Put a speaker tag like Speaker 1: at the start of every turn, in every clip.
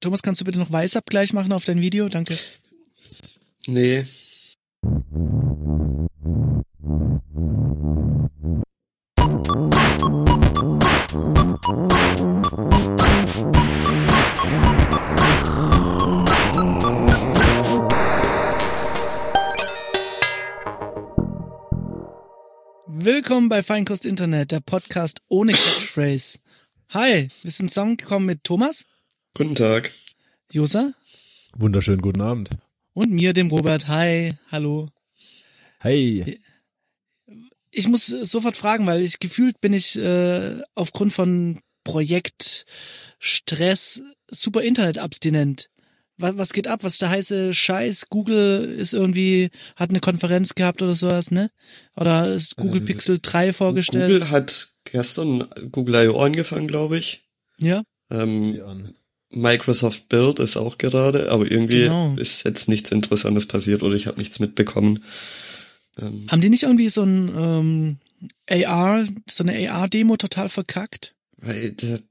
Speaker 1: Thomas, kannst du bitte noch Weißabgleich machen auf dein Video? Danke.
Speaker 2: Nee.
Speaker 1: Willkommen bei Feinkost Internet, der Podcast ohne Catchphrase. Hi, wir sind zusammengekommen mit Thomas,
Speaker 2: Guten Tag.
Speaker 1: Josa
Speaker 3: Wunderschönen guten Abend.
Speaker 1: und mir, dem Robert. Hi, hallo.
Speaker 3: Hey.
Speaker 1: Ich muss äh, sofort fragen, weil ich gefühlt bin ich äh, aufgrund von Projektstress super Internetabstinent. Was, was geht ab? Was ist der heiße Scheiß? Google ist irgendwie, hat eine Konferenz gehabt oder sowas, ne? Oder ist Google
Speaker 2: Ähm,
Speaker 1: Pixel 3 vorgestellt?
Speaker 2: Google hat gestern Google I.O. angefangen, glaube ich.
Speaker 1: Ja,
Speaker 2: Ähm,
Speaker 3: an.
Speaker 2: Microsoft Build ist auch gerade, aber irgendwie
Speaker 1: Genau.
Speaker 2: ist jetzt nichts Interessantes passiert oder ich habe nichts mitbekommen. Ähm,
Speaker 1: Haben die nicht irgendwie so ein ähm, AR, so eine AR-Demo total verkackt?
Speaker 2: weil das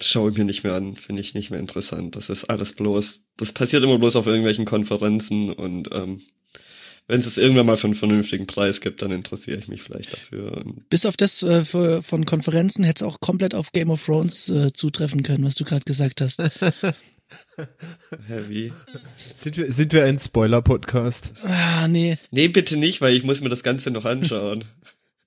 Speaker 2: schaue ich mir nicht mehr an, finde ich nicht mehr interessant. Das ist alles bloß, das passiert immer bloß auf irgendwelchen Konferenzen und ähm, wenn es es irgendwann mal für einen vernünftigen Preis gibt, dann interessiere ich mich vielleicht dafür. Und
Speaker 1: Bis auf das äh, für, von Konferenzen hätte es auch komplett auf Game of Thrones äh, zutreffen können, was du gerade gesagt hast.
Speaker 2: hä, wie?
Speaker 3: Sind wir, sind wir ein Spoiler-Podcast?
Speaker 1: ah, nee.
Speaker 2: Nee, bitte nicht, weil ich muss mir das Ganze noch anschauen.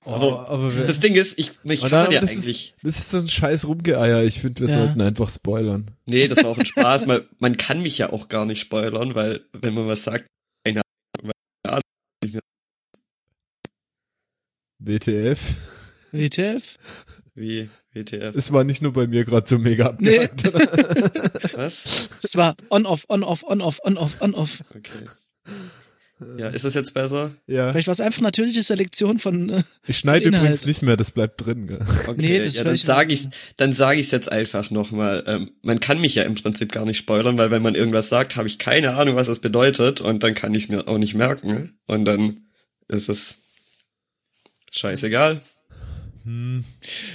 Speaker 2: aber
Speaker 3: Oh, wir,
Speaker 2: Oh, Also, das Ding ist, ich, mich kann
Speaker 3: aber
Speaker 2: man ja
Speaker 3: das
Speaker 2: eigentlich.
Speaker 3: Ist, das ist so ein scheiß Rumgeeier. Ich finde, wir
Speaker 1: Ja.
Speaker 3: sollten einfach spoilern.
Speaker 2: Nee, das war auch ein Spaß. Man, man kann mich ja auch gar nicht spoilern, weil wenn man was sagt, eine Ahnung, keine Ahnung,
Speaker 3: WTF.
Speaker 1: WTF?
Speaker 2: wie WTF.
Speaker 3: Es war nicht nur bei mir gerade so mega
Speaker 1: Nee.
Speaker 3: abgehakt. Nee.
Speaker 2: Was?
Speaker 1: Es war on-off, on-off, on-off, on-off, on-off.
Speaker 2: Okay. Ja, ist es jetzt besser?
Speaker 3: ja.
Speaker 1: Vielleicht war es einfach natürliche Selektion von... Äh,
Speaker 3: Ich schneide
Speaker 1: Inhalt.
Speaker 3: übrigens nicht mehr, das bleibt drin. Gell?
Speaker 2: Okay,
Speaker 1: Nee, das
Speaker 2: ja,
Speaker 1: will
Speaker 2: dann
Speaker 1: ich
Speaker 2: sage
Speaker 1: nicht.
Speaker 2: ich's, dann sage ich's jetzt einfach nochmal. Ähm, man kann mich ja im Prinzip gar nicht spoilern, weil wenn man irgendwas sagt, habe ich keine Ahnung, was das bedeutet und dann kann ich's mir auch nicht merken und dann ist es scheißegal.
Speaker 3: Hm.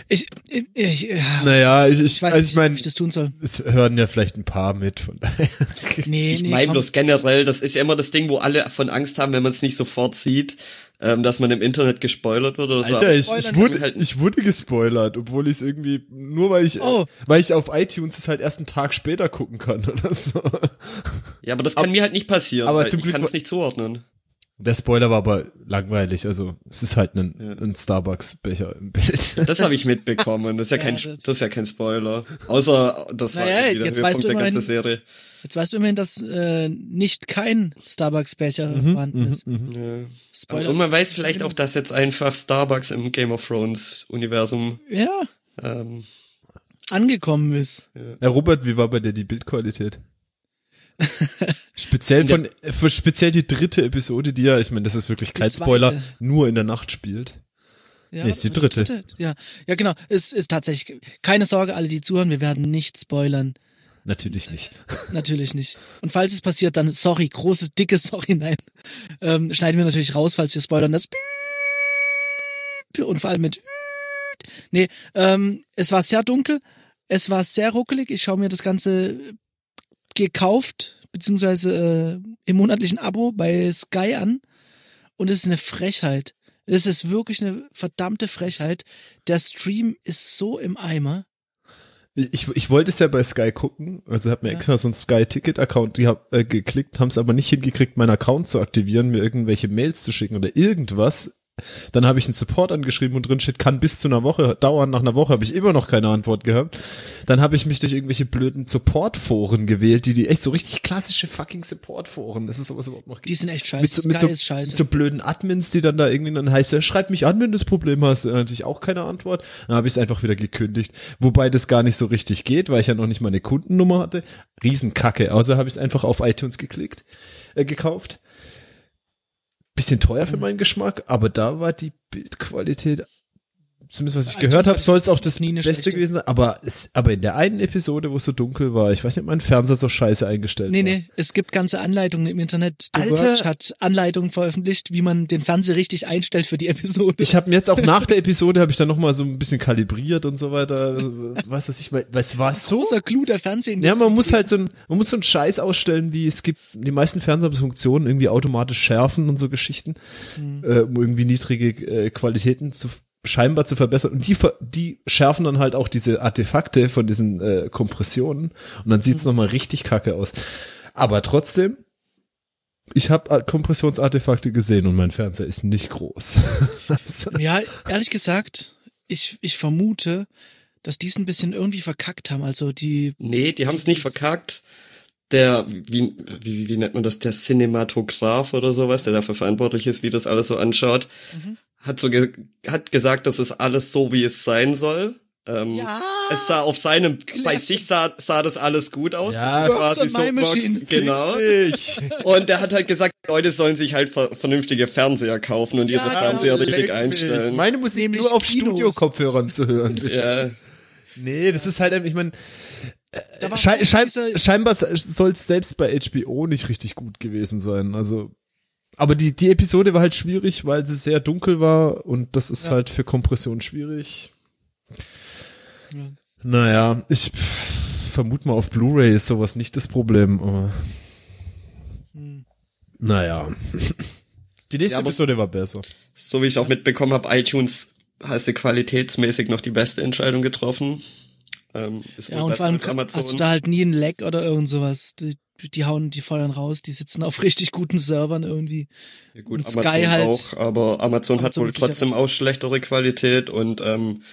Speaker 1: ich, ich, ich, ja,
Speaker 3: Naja, ich, ich,
Speaker 1: ich weiß
Speaker 3: also
Speaker 1: nicht,
Speaker 3: ich meine,
Speaker 1: ob ich das tun soll.
Speaker 3: es hören ja vielleicht ein paar mit. Von daher.
Speaker 1: Nee,
Speaker 2: Ich
Speaker 1: nee,
Speaker 2: meine
Speaker 1: komm.
Speaker 2: bloß generell, das ist ja immer das Ding, wo alle von Angst haben, wenn man es nicht sofort sieht, ähm, dass man im Internet gespoilert wird oder so.
Speaker 3: Alter,
Speaker 2: Aber
Speaker 3: ich,
Speaker 1: Spoilern
Speaker 3: ich,
Speaker 2: kann man
Speaker 3: wurde,
Speaker 2: halt-
Speaker 3: ich wurde gespoilert, obwohl ich es irgendwie, nur weil ich,
Speaker 1: Oh.
Speaker 3: weil ich auf iTunes es halt erst einen Tag später gucken kann oder so.
Speaker 2: ja, aber das kann mir halt nicht passieren,
Speaker 3: aber
Speaker 2: weil
Speaker 3: zum
Speaker 2: ich
Speaker 3: Glück
Speaker 2: kann
Speaker 3: war-
Speaker 2: es nicht zuordnen.
Speaker 3: Der Spoiler war aber langweilig, also es ist halt ein,
Speaker 2: Ja.
Speaker 3: ein Starbucks-Becher im Bild.
Speaker 2: Das habe ich mitbekommen. Das ist ja,
Speaker 1: Ja,
Speaker 2: kein,
Speaker 1: das-
Speaker 2: das, ist ja kein Spoiler. Außer das war
Speaker 1: Naja,
Speaker 2: irgendwie der
Speaker 1: jetzt
Speaker 2: Höhepunkt
Speaker 1: weißt du
Speaker 2: der
Speaker 1: immerhin-
Speaker 2: ganzen Serie.
Speaker 1: Jetzt weißt du immerhin, dass äh, nicht kein Starbucks-Becher
Speaker 2: Mhm,
Speaker 1: vorhanden ist.
Speaker 2: Ja.
Speaker 1: Mhm. Spoiler.
Speaker 2: Und man weiß vielleicht auch, dass jetzt einfach Starbucks im Game of Thrones Universum
Speaker 1: Ja,
Speaker 2: ähm,
Speaker 1: angekommen ist.
Speaker 3: Ja, Robert, wie war bei dir die Bildqualität? speziell von, für speziell die dritte Episode, die ja, ich meine, das ist wirklich kein
Speaker 1: zweite.
Speaker 3: Spoiler, nur in der Nacht spielt.
Speaker 1: Ja,
Speaker 3: Nee, ist die
Speaker 1: aber
Speaker 3: dritte.
Speaker 1: Ja, ja genau. Es ist tatsächlich, keine Sorge, alle, die zuhören, wir werden nicht spoilern.
Speaker 3: Natürlich nicht.
Speaker 1: Natürlich nicht. Und falls es passiert, dann sorry, großes, dickes Sorry, nein. Ähm, schneiden wir natürlich raus, falls wir spoilern. Das Piep und vor allem mit Nee, ähm, es war sehr dunkel, es war sehr ruckelig. Ich schaue mir das Ganze gekauft, beziehungsweise äh, im monatlichen Abo bei Sky an. Und es ist eine Frechheit. Es ist wirklich eine verdammte Frechheit. Der Stream ist so im Eimer.
Speaker 3: Ich, ich wollte es ja bei Sky gucken, also hab mir
Speaker 1: Ja.
Speaker 3: extra so einen Sky-Ticket-Account die hab, äh, geklickt, haben es aber nicht hingekriegt, meinen Account zu aktivieren, mir irgendwelche Mails zu schicken oder irgendwas. Dann habe ich einen Support angeschrieben und drin steht, kann bis zu einer Woche dauern. Nach einer Woche habe ich immer noch keine Antwort gehabt. Dann habe ich mich durch irgendwelche blöden Support-Foren gewählt, die die echt so richtig klassische fucking Support-Foren. Das ist sowas überhaupt noch
Speaker 1: Die sind echt scheiße.
Speaker 3: mit so, mit,
Speaker 1: Sky
Speaker 3: so,
Speaker 1: ist scheiße.
Speaker 3: mit so blöden Admins, die dann da irgendwie dann heißt, ja, schreib mich an, wenn du das Problem hast. Dann natürlich auch keine Antwort. Dann habe ich es einfach wieder gekündigt. Wobei das gar nicht so richtig geht, weil ich ja noch nicht mal eine Kundennummer hatte. Riesenkacke. Außer habe ich es einfach auf iTunes geklickt, äh, gekauft.
Speaker 1: Mhm.
Speaker 3: Bisschen teuer für meinen Geschmack, aber da war die Bildqualität zumindest was ich
Speaker 1: Also,
Speaker 3: gehört habe,
Speaker 1: das
Speaker 3: soll es auch das
Speaker 1: nie eine
Speaker 3: Beste
Speaker 1: schlechte.
Speaker 3: gewesen sein. Aber, es, aber in der einen Episode, wo es so dunkel war, ich weiß nicht, ob mein Fernseher so scheiße eingestellt
Speaker 1: Nee,
Speaker 3: war.
Speaker 1: nee, es gibt ganze Anleitungen im Internet. The
Speaker 3: Alter.
Speaker 1: Verge hat Anleitungen veröffentlicht, wie man den Fernseher richtig einstellt für die Episode.
Speaker 3: Ich habe mir jetzt auch nach der Episode, habe ich dann nochmal so ein bisschen kalibriert und so weiter. Was weiß ich, weil weil es war so
Speaker 1: Großer Clou der Fernsehen.
Speaker 3: Ja, man muss halt so ein, man muss so einen Scheiß ausstellen, wie es gibt, die meisten Fernseher haben so Funktionen, irgendwie automatisch schärfen und so Geschichten, äh, um irgendwie niedrige äh, Qualitäten zu scheinbar zu verbessern. Und die, ver- die schärfen dann halt auch diese Artefakte von diesen äh, Kompressionen und dann sieht's noch nochmal richtig kacke aus. Aber trotzdem, ich habe Kompressionsartefakte gesehen und mein Fernseher ist nicht groß. also,
Speaker 1: Ja, ehrlich gesagt, ich, ich vermute, dass die es ein bisschen irgendwie verkackt haben. Also die,
Speaker 2: Nee, die haben es nicht verkackt. Der, wie, wie, wie nennt man das, der Cinematograph oder sowas, der dafür verantwortlich ist, wie das alles so anschaut,
Speaker 1: Mhm.
Speaker 2: hat so ge hat gesagt, das ist alles so, wie es sein soll. Ähm,
Speaker 1: Ja.
Speaker 2: Es sah auf seinem, bei
Speaker 1: Klasse.
Speaker 2: sich sah, sah das alles gut aus.
Speaker 3: Ja.
Speaker 2: das ist
Speaker 1: Works on my
Speaker 2: works-
Speaker 1: machine.
Speaker 2: Genau. Und der hat halt gesagt, Leute sollen sich halt ver- vernünftige Fernseher kaufen und ihre
Speaker 1: Ja,
Speaker 3: Äh,
Speaker 2: Fernseher
Speaker 1: leck
Speaker 2: richtig einstellen.
Speaker 3: Meine Musik
Speaker 1: Nämlich
Speaker 3: nur auf
Speaker 1: Kinos.
Speaker 3: Studio-Kopfhörern zu hören.
Speaker 2: ja.
Speaker 3: Nee, das ist halt, ich meine,
Speaker 1: da halt war
Speaker 3: Schein,
Speaker 1: so
Speaker 3: schein,
Speaker 1: dieser-
Speaker 3: scheinbar soll es selbst bei HBO nicht richtig gut gewesen sein. Also, aber die, die Episode war halt schwierig, weil sie sehr dunkel war und das ist
Speaker 1: Ja.
Speaker 3: halt für Kompression schwierig.
Speaker 1: Ja.
Speaker 3: Naja, ich pff, vermute mal auf Blu-ray ist sowas nicht das Problem. Aber,
Speaker 1: Hm.
Speaker 3: naja. Die nächste
Speaker 2: Ja, aber-
Speaker 3: Episode war besser.
Speaker 2: So wie ich es auch mitbekommen habe, iTunes hast du qualitätsmäßig noch die beste Entscheidung getroffen. Ähm, ist
Speaker 1: ja,
Speaker 2: wohl
Speaker 1: und
Speaker 2: besser
Speaker 1: vor allem
Speaker 2: als Amazon.
Speaker 1: hast du da halt nie einen Lag oder irgend sowas. Die, die hauen, die feuern raus, die sitzen auf richtig guten Servern irgendwie.
Speaker 2: ja, gut,
Speaker 1: und
Speaker 2: Amazon
Speaker 1: Sky halt-
Speaker 2: auch, aber Amazon, hat
Speaker 1: Amazon
Speaker 2: wohl
Speaker 1: mit Sicherheit.
Speaker 2: trotzdem auch schlechtere Qualität und ähm,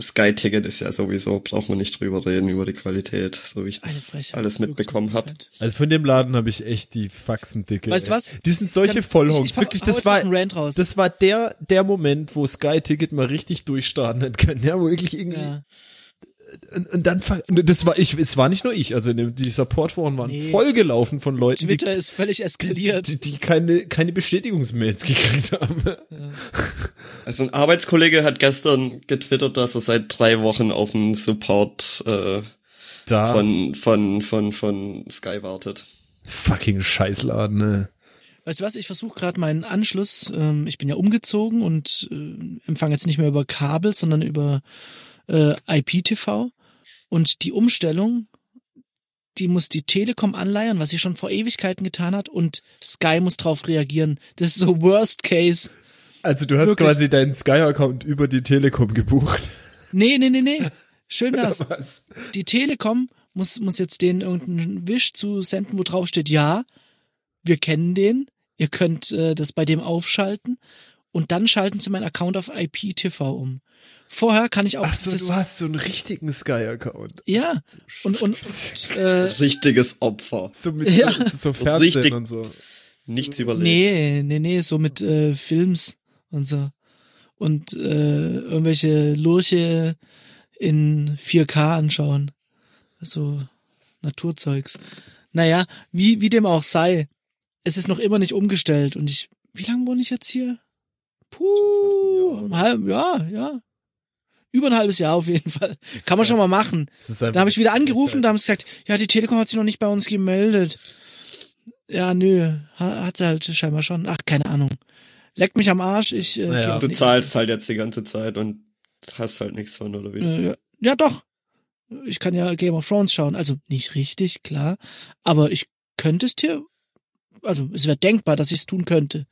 Speaker 2: Sky-Ticket ist ja sowieso, braucht man nicht drüber reden, über die Qualität, so wie ich
Speaker 1: Eine
Speaker 2: das
Speaker 1: Frechheit.
Speaker 2: alles
Speaker 1: wirklich
Speaker 2: mitbekommen
Speaker 1: eine
Speaker 2: habe.
Speaker 1: Frechheit.
Speaker 3: Also von dem Laden habe ich echt die Faxen dicke.
Speaker 1: Weißt du
Speaker 3: ey.
Speaker 1: was?
Speaker 3: Die sind solche
Speaker 1: Dann- ich-
Speaker 3: Vollhongs.
Speaker 1: ich
Speaker 3: Wirklich,
Speaker 1: hau
Speaker 3: das
Speaker 1: jetzt
Speaker 3: war,
Speaker 1: noch einen Rant raus.
Speaker 3: das war der, der Moment, wo Sky Ticket mal richtig durchstarten hat können. Ja, wo wirklich irgendwie,
Speaker 1: Ja.
Speaker 3: und, und dann, ver- und das war ich, es war nicht nur ich. Also in dem- die Supportforen waren
Speaker 1: Nee.
Speaker 3: vollgelaufen von Leuten, die,
Speaker 1: Twitter ist völlig
Speaker 3: die, die,
Speaker 1: eskaliert.
Speaker 3: die, die keine, keine Bestätigungsmails gekriegt haben.
Speaker 2: Also ein Arbeitskollege hat gestern getwittert, dass er seit drei Wochen auf den Support äh,
Speaker 3: Da,
Speaker 2: von, von, von, von Sky wartet.
Speaker 3: fucking Scheißladen, ne.
Speaker 1: Weißt du was, ich versuche gerade meinen Anschluss. Ähm, ich bin ja umgezogen und äh, empfange jetzt nicht mehr über Kabel, sondern über äh, IPTV. Und die Umstellung, die muss die Telekom anleiern, was sie schon vor Ewigkeiten getan hat. Und Sky muss drauf reagieren. Das ist so Worst Case.
Speaker 3: Also du hast
Speaker 1: Wirklich?
Speaker 3: quasi deinen Sky-Account über die Telekom gebucht.
Speaker 1: Nee, nee, nee, nee. Schön wär's.
Speaker 3: Was?
Speaker 1: Die Telekom muss, muss jetzt denen irgendeinen Wisch zusenden, wo drauf steht, ja, wir kennen den, ihr könnt äh, das bei dem aufschalten und dann schalten sie meinen Account auf IPTV um. Vorher kann ich auch
Speaker 3: Ach so,
Speaker 1: das-
Speaker 3: du hast so einen richtigen Sky-Account.
Speaker 1: ja und und, und äh,
Speaker 2: Richtiges Opfer.
Speaker 3: So mit
Speaker 1: Ja.
Speaker 3: so, so Fernsehen
Speaker 2: Richtig.
Speaker 3: und so.
Speaker 2: Nichts überlegt.
Speaker 1: nee, nee, nee, so mit äh, Films und so und äh, irgendwelche Lurche in 4K anschauen. so Naturzeugs. Naja, wie, wie dem auch sei, es ist noch immer nicht umgestellt und ich, wie lange wohne ich jetzt hier? Puh,
Speaker 2: Schon
Speaker 1: ein halb, ja, ja. Über ein halbes Jahr auf jeden Fall. Kann man schon mal machen.
Speaker 3: Das ist einfach-
Speaker 1: Da habe ich wieder angerufen, da haben sie gesagt, ja, die Telekom hat sich noch nicht bei uns gemeldet. Ja, nö, ha- hat sie halt scheinbar schon. Ach, keine Ahnung. Leck mich am Arsch, ich äh,
Speaker 3: Naja.
Speaker 1: geh auf
Speaker 2: Du
Speaker 1: nichts.
Speaker 2: zahlst halt jetzt die ganze Zeit und hast halt nichts von oder wie.
Speaker 1: Äh, ja. ja, doch. Ich kann ja Game of Thrones schauen. Also nicht richtig, klar. Aber ich könnte es hier. Also es wäre denkbar, dass ich es tun könnte.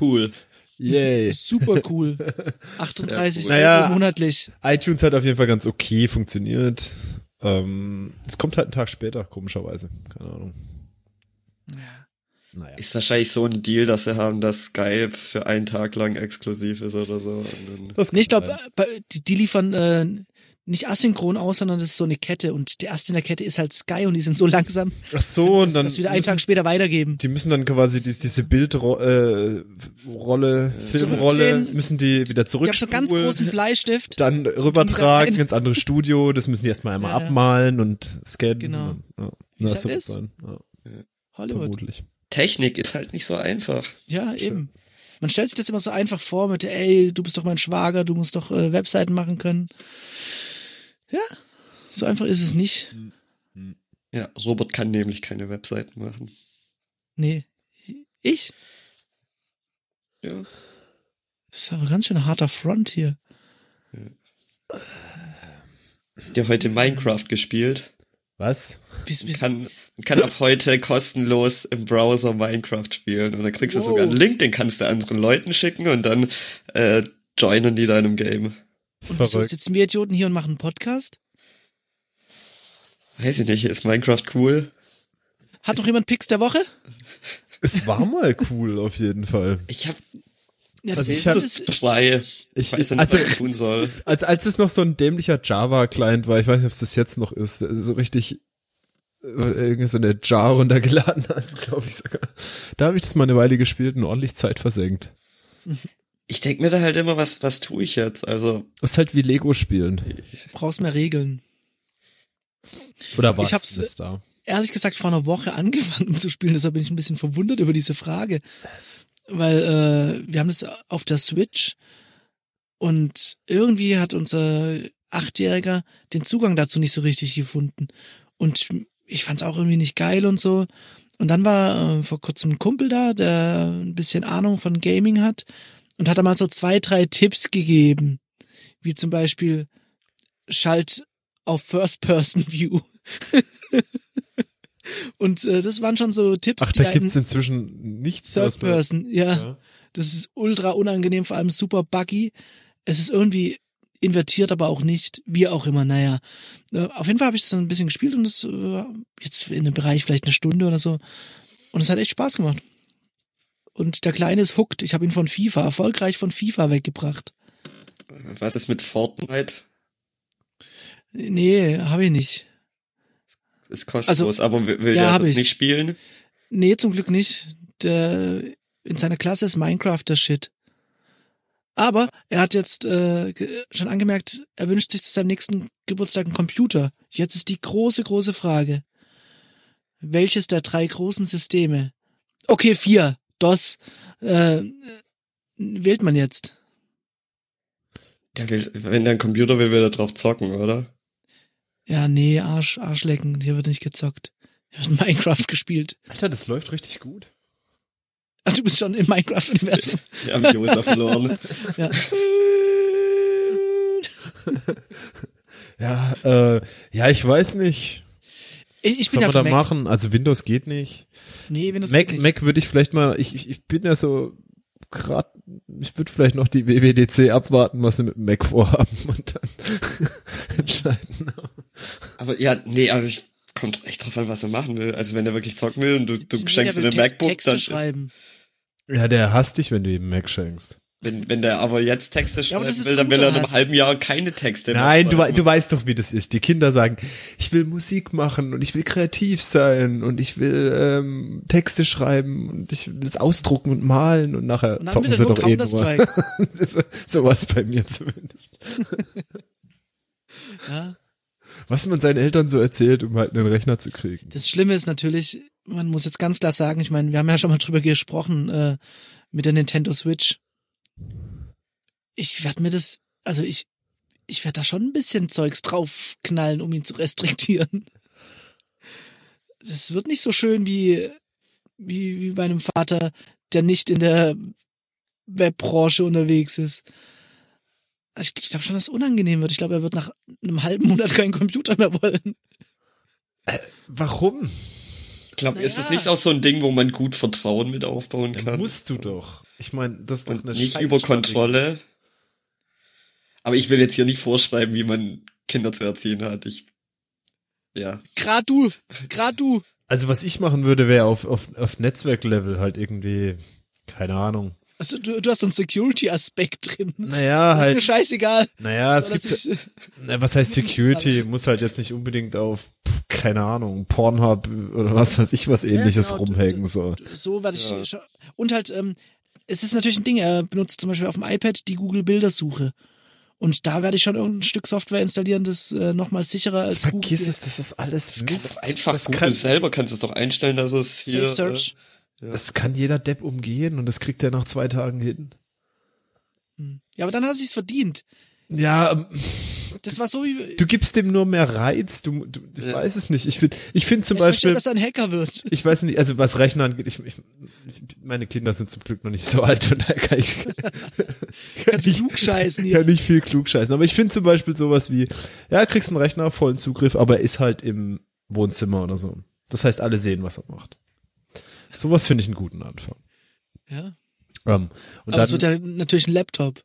Speaker 2: Cool.
Speaker 3: Yay.
Speaker 1: Super cool. 38
Speaker 2: cool.
Speaker 1: Euro
Speaker 3: Naja.
Speaker 1: monatlich.
Speaker 3: iTunes hat auf jeden Fall ganz okay funktioniert. Ähm, es kommt halt einen Tag später, komischerweise. Keine Ahnung. Naja.
Speaker 2: Ist wahrscheinlich so ein Deal, dass sie haben, dass Skype für einen Tag lang exklusiv ist oder so. Und dann,
Speaker 3: Das
Speaker 1: Nee, ich glaube,
Speaker 3: kann
Speaker 1: die, die liefern äh, nicht asynchron aus, sondern das ist so eine Kette. Und der erste in der Kette ist halt Sky und die sind so langsam,
Speaker 3: sein. Ach so, und
Speaker 1: dass
Speaker 3: dann
Speaker 1: das wieder einen
Speaker 3: müssen,
Speaker 1: Tag später weitergeben.
Speaker 3: die müssen dann quasi die, diese Bildrolle, äh, Rolle, Filmrolle,
Speaker 1: Zurückdrehen.
Speaker 3: müssen die wieder
Speaker 1: Ich habe so einen ganz großen
Speaker 3: zurückspulen,
Speaker 1: Bleistift.
Speaker 3: dann rübertragen
Speaker 1: rein.
Speaker 3: ins andere Studio, das müssen die erstmal einmal
Speaker 1: Ja, ja.
Speaker 3: abmalen und scannen.
Speaker 1: Genau.
Speaker 3: Und, ja.
Speaker 1: Wie es
Speaker 3: Na, so
Speaker 1: halt
Speaker 3: wird's
Speaker 1: ist.
Speaker 3: sein. Ja,
Speaker 1: Hollywood.
Speaker 3: vermutlich.
Speaker 2: Technik ist halt nicht so einfach.
Speaker 1: Ja, eben. man stellt sich das immer so einfach vor mit, ey, du bist doch mein Schwager, du musst doch äh, Webseiten machen können. Ja, so einfach ist es nicht.
Speaker 2: Ja, Robert kann nämlich keine Webseiten machen.
Speaker 1: Nee, ich?
Speaker 2: Ja.
Speaker 1: Das ist aber ein ganz schön harter Front hier.
Speaker 2: Habt ihr heute Minecraft gespielt?
Speaker 3: Was?
Speaker 1: Bis,
Speaker 2: Man
Speaker 1: bis,
Speaker 2: kann, man kann ab heute kostenlos im Browser Minecraft spielen und dann kriegst
Speaker 1: Wow.
Speaker 2: du sogar einen Link, den kannst du anderen Leuten schicken und dann äh, joinen die deinem Game.
Speaker 1: und wieso
Speaker 3: Verrückt.
Speaker 1: sitzen wir Idioten hier und machen einen Podcast?
Speaker 2: Weiß ich nicht, ist Minecraft cool?
Speaker 1: Hat noch jemand Picks der Woche?
Speaker 3: Es war mal cool, auf jeden Fall.
Speaker 2: Ich hab
Speaker 1: Ja,
Speaker 3: Also ich
Speaker 1: ist-
Speaker 3: hab-
Speaker 2: das frei. Ich
Speaker 3: Ich-
Speaker 2: weiß ja nicht,
Speaker 3: also-
Speaker 2: was ich tun soll.
Speaker 3: Als, als es noch so ein dämlicher Java-Client war, ich weiß nicht, ob es das jetzt noch ist, so richtig äh, irgendwie so eine Jar runtergeladen hast, glaube ich sogar. Da habe ich das mal eine Weile gespielt und ordentlich Zeit versenkt.
Speaker 2: Ich denk mir da halt immer, was, was tue ich jetzt? Also,
Speaker 3: Das ist halt wie Lego spielen.
Speaker 1: brauchst mehr Regeln.
Speaker 3: Oder
Speaker 1: Ich
Speaker 3: war's
Speaker 1: hab's-
Speaker 3: das da?
Speaker 1: ehrlich gesagt vor einer Woche angefangen zu spielen, deshalb bin ich ein bisschen verwundert über diese Frage. Weil äh, wir haben das auf der Switch und irgendwie hat unser Achtjähriger den Zugang dazu nicht so richtig gefunden. Und ich fand es auch irgendwie nicht geil und so. Und dann war äh, vor kurzem ein Kumpel da, der ein bisschen Ahnung von Gaming hat und hat da mal so zwei, drei Tipps gegeben. Wie zum Beispiel Schalt auf First-Person-View. und äh, das waren schon so Tipps,
Speaker 3: Ach,
Speaker 1: die
Speaker 3: da
Speaker 1: einen
Speaker 3: gibt's inzwischen nichts.
Speaker 1: Third
Speaker 3: was man-
Speaker 1: Person, ja.
Speaker 3: Ja.
Speaker 1: Das ist ultra unangenehm, vor allem super buggy. Es ist irgendwie invertiert, aber auch nicht, wie auch immer, naja. Äh, Auf jeden Fall habe ich das dann ein bisschen gespielt und das äh, jetzt in dem Bereich vielleicht eine Stunde oder so. Und es hat echt Spaß gemacht. Und der Kleine ist hooked. Ich habe ihn von FIFA, erfolgreich von FIFA weggebracht.
Speaker 2: was ist mit Fortnite?
Speaker 1: Nee, habe ich nicht.
Speaker 2: Ist kostenlos, aber will, will
Speaker 1: Also, ja,
Speaker 2: der
Speaker 1: hab
Speaker 2: das
Speaker 1: ich.
Speaker 2: nicht spielen?
Speaker 1: Nee, zum Glück nicht. Der, in seiner Klasse ist Minecraft der Shit. Aber er hat jetzt äh, ge- schon angemerkt, er wünscht sich zu seinem nächsten Geburtstag einen Computer. Jetzt ist die große, große Frage. Welches der drei großen Systeme? Okay, vier. DOS. Äh, wählt man jetzt.
Speaker 2: Der will, wenn der einen Computer will, will er drauf zocken, oder?
Speaker 1: Ja, nee, Arsch, Arschlecken. Hier wird nicht gezockt. Hier wird Minecraft gespielt.
Speaker 3: Alter, das läuft richtig gut.
Speaker 1: Ach, du bist schon im Minecraft-Universum.
Speaker 2: Wir haben Josef verloren.
Speaker 1: Ja.
Speaker 3: Ja, äh, ja, ich weiß nicht.
Speaker 1: Ich, ich
Speaker 3: was
Speaker 1: bin ja
Speaker 3: soll
Speaker 1: für
Speaker 3: man da
Speaker 1: Mac.
Speaker 3: machen? Also Windows geht nicht.
Speaker 1: Nee, Windows
Speaker 3: Mac,
Speaker 1: geht nicht.
Speaker 3: Mac würde ich vielleicht mal, ich, ich, ich bin ja so gerade, ich würde vielleicht noch die WWDC abwarten, was sie mit dem Mac vorhaben und dann entscheiden.
Speaker 2: Aber ja, nee, also ich kommt echt drauf an, was er machen will. Also wenn er wirklich zocken will und du, du
Speaker 1: Nee,
Speaker 2: schenkst
Speaker 1: der will
Speaker 2: ihm ein
Speaker 1: Text-
Speaker 2: MacBook,
Speaker 1: Texte
Speaker 2: dann ist,
Speaker 1: schreiben.
Speaker 3: Ja, der hasst dich, wenn du ihm Mac schenkst.
Speaker 2: wenn, wenn der aber jetzt Texte
Speaker 1: Ja, aber
Speaker 2: schreiben
Speaker 1: das ist
Speaker 2: will, dann
Speaker 1: guter
Speaker 2: will er in einem
Speaker 1: Hass.
Speaker 2: halben Jahr keine Texte
Speaker 3: Nein, du,
Speaker 2: mehr
Speaker 3: wei-
Speaker 2: schreiben.
Speaker 3: du weißt doch, wie das ist. Die Kinder sagen, ich will Musik machen und ich will kreativ sein und ich will ähm, Texte schreiben und ich will es ausdrucken und malen und nachher
Speaker 1: Und dann
Speaker 3: zocken
Speaker 1: will er
Speaker 3: sie
Speaker 1: nur
Speaker 3: doch eh nur.
Speaker 1: Counter-Strike.
Speaker 3: so so was bei mir zumindest.
Speaker 1: ja.
Speaker 3: Was man seinen Eltern so erzählt, um halt einen Rechner zu kriegen.
Speaker 1: Das Schlimme ist natürlich, man muss jetzt ganz klar sagen, ich meine, wir haben ja schon mal drüber gesprochen äh, mit der Nintendo Switch. Ich werde mir das, also ich, ich werde da schon ein bisschen Zeugs draufknallen, um ihn zu restriktieren. Das wird nicht so schön wie, wie, wie bei einem Vater, der nicht in der Webbranche unterwegs ist. Also ich glaube schon, dass es unangenehm wird. Ich glaube, er wird nach einem halben Monat keinen Computer mehr wollen.
Speaker 3: Warum?
Speaker 2: Ich glaube, ist das
Speaker 1: Naja.
Speaker 2: nicht auch so ein Ding, wo man gut Vertrauen mit aufbauen kann?
Speaker 3: Musst du doch. Ich meine, das ist doch
Speaker 2: und
Speaker 3: eine
Speaker 2: nicht
Speaker 3: scheiß
Speaker 2: über
Speaker 3: Strategie.
Speaker 2: Kontrolle. Aber ich will jetzt hier nicht vorschreiben, wie man Kinder zu erziehen hat. Ich, ja.
Speaker 1: Grad du, grad du.
Speaker 3: Also was ich machen würde, wäre auf, auf, auf Netzwerklevel halt irgendwie, keine Ahnung.
Speaker 1: Also du, du hast so einen Security-Aspekt drin.
Speaker 3: Naja,
Speaker 1: ist mir
Speaker 3: halt,
Speaker 1: scheißegal.
Speaker 3: naja, es
Speaker 1: Soll das
Speaker 3: gibt,
Speaker 1: nicht-
Speaker 3: na, was heißt Security, muss halt jetzt nicht unbedingt auf, pf, keine Ahnung, Pornhub oder was weiß ich was ähnliches
Speaker 1: genau,
Speaker 3: rumhängen
Speaker 1: du-
Speaker 3: so.
Speaker 1: so werde ich.
Speaker 2: Ja.
Speaker 1: schon- Und halt, ähm, es ist natürlich ein Ding, er benutzt zum Beispiel auf dem iPad die Google-Bildersuche. Und da werde ich schon irgendein Stück Software installieren, das äh, nochmal sicherer als
Speaker 3: Vergiss
Speaker 1: Google
Speaker 3: es, das ist alles
Speaker 2: Kann doch
Speaker 3: Mist.
Speaker 2: einfach
Speaker 3: das
Speaker 2: Google
Speaker 3: kann,
Speaker 2: selber kannst du es doch einstellen, dass es hier.
Speaker 1: Safe Search.
Speaker 2: Äh, Ja.
Speaker 3: Das kann jeder Depp umgehen und das kriegt er nach zwei Tagen hin.
Speaker 1: Hm. Ja, aber dann hat er sich's verdient.
Speaker 3: Ja, ähm,
Speaker 1: Das war so wie.
Speaker 3: du gibst dem nur mehr Reiz. Du, du ich
Speaker 2: Ja.
Speaker 3: weiß es nicht. Ich finde, ich finde zum
Speaker 1: ich möchte,
Speaker 3: Beispiel,
Speaker 1: dass er ein Hacker wird.
Speaker 3: ich weiß nicht, also was Rechner angeht, ich, ich, meine Kinder sind zum Glück noch nicht so alt und da kann ich, kann
Speaker 1: Kannst du
Speaker 3: ich,
Speaker 1: klug scheißen hier.
Speaker 3: kann ich viel klug scheißen. Aber ich finde zum Beispiel sowas wie, ja, kriegst einen Rechner, vollen Zugriff, aber ist halt im Wohnzimmer oder so. Das heißt, alle sehen, was er macht. Sowas finde ich einen guten Anfang.
Speaker 1: Ja.
Speaker 3: Ähm, und
Speaker 1: Aber es
Speaker 3: dann,
Speaker 1: wird ja natürlich ein Laptop.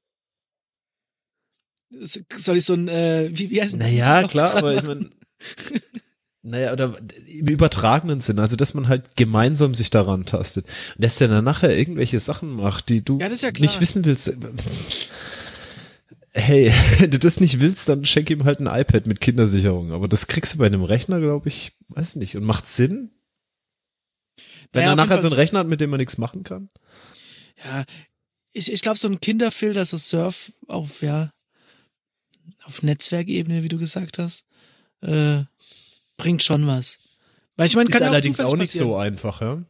Speaker 1: Es- Soll ich so ein, äh, wie, wie heißt denn
Speaker 3: naja,
Speaker 1: das?
Speaker 3: klar, aber ich meine, naja, oder im übertragenen Sinn, also dass man halt gemeinsam sich daran tastet. Und dass der dann nachher irgendwelche Sachen macht, die du
Speaker 1: Ja, das ist ja klar.
Speaker 3: nicht wissen willst. Hey, wenn du das nicht willst, dann schenk ihm halt ein iPad mit Kindersicherung. Aber das kriegst du bei einem Rechner, glaube ich, weiß nicht. Und macht Sinn? Wenn
Speaker 1: Naja, auf
Speaker 3: er
Speaker 1: jeden
Speaker 3: nachher so
Speaker 1: Fall-
Speaker 3: einen Rechner hat, mit dem man nichts machen kann?
Speaker 1: Ja, ich, ich glaube, so ein Kinderfilter, so Surf auf, ja, auf Netzwerkebene, wie du gesagt hast, äh, bringt schon was. Weil ich meine,
Speaker 3: Ist
Speaker 1: kann ja
Speaker 3: allerdings
Speaker 1: zufällig
Speaker 3: auch nicht
Speaker 1: passieren.
Speaker 3: so einfach, ja?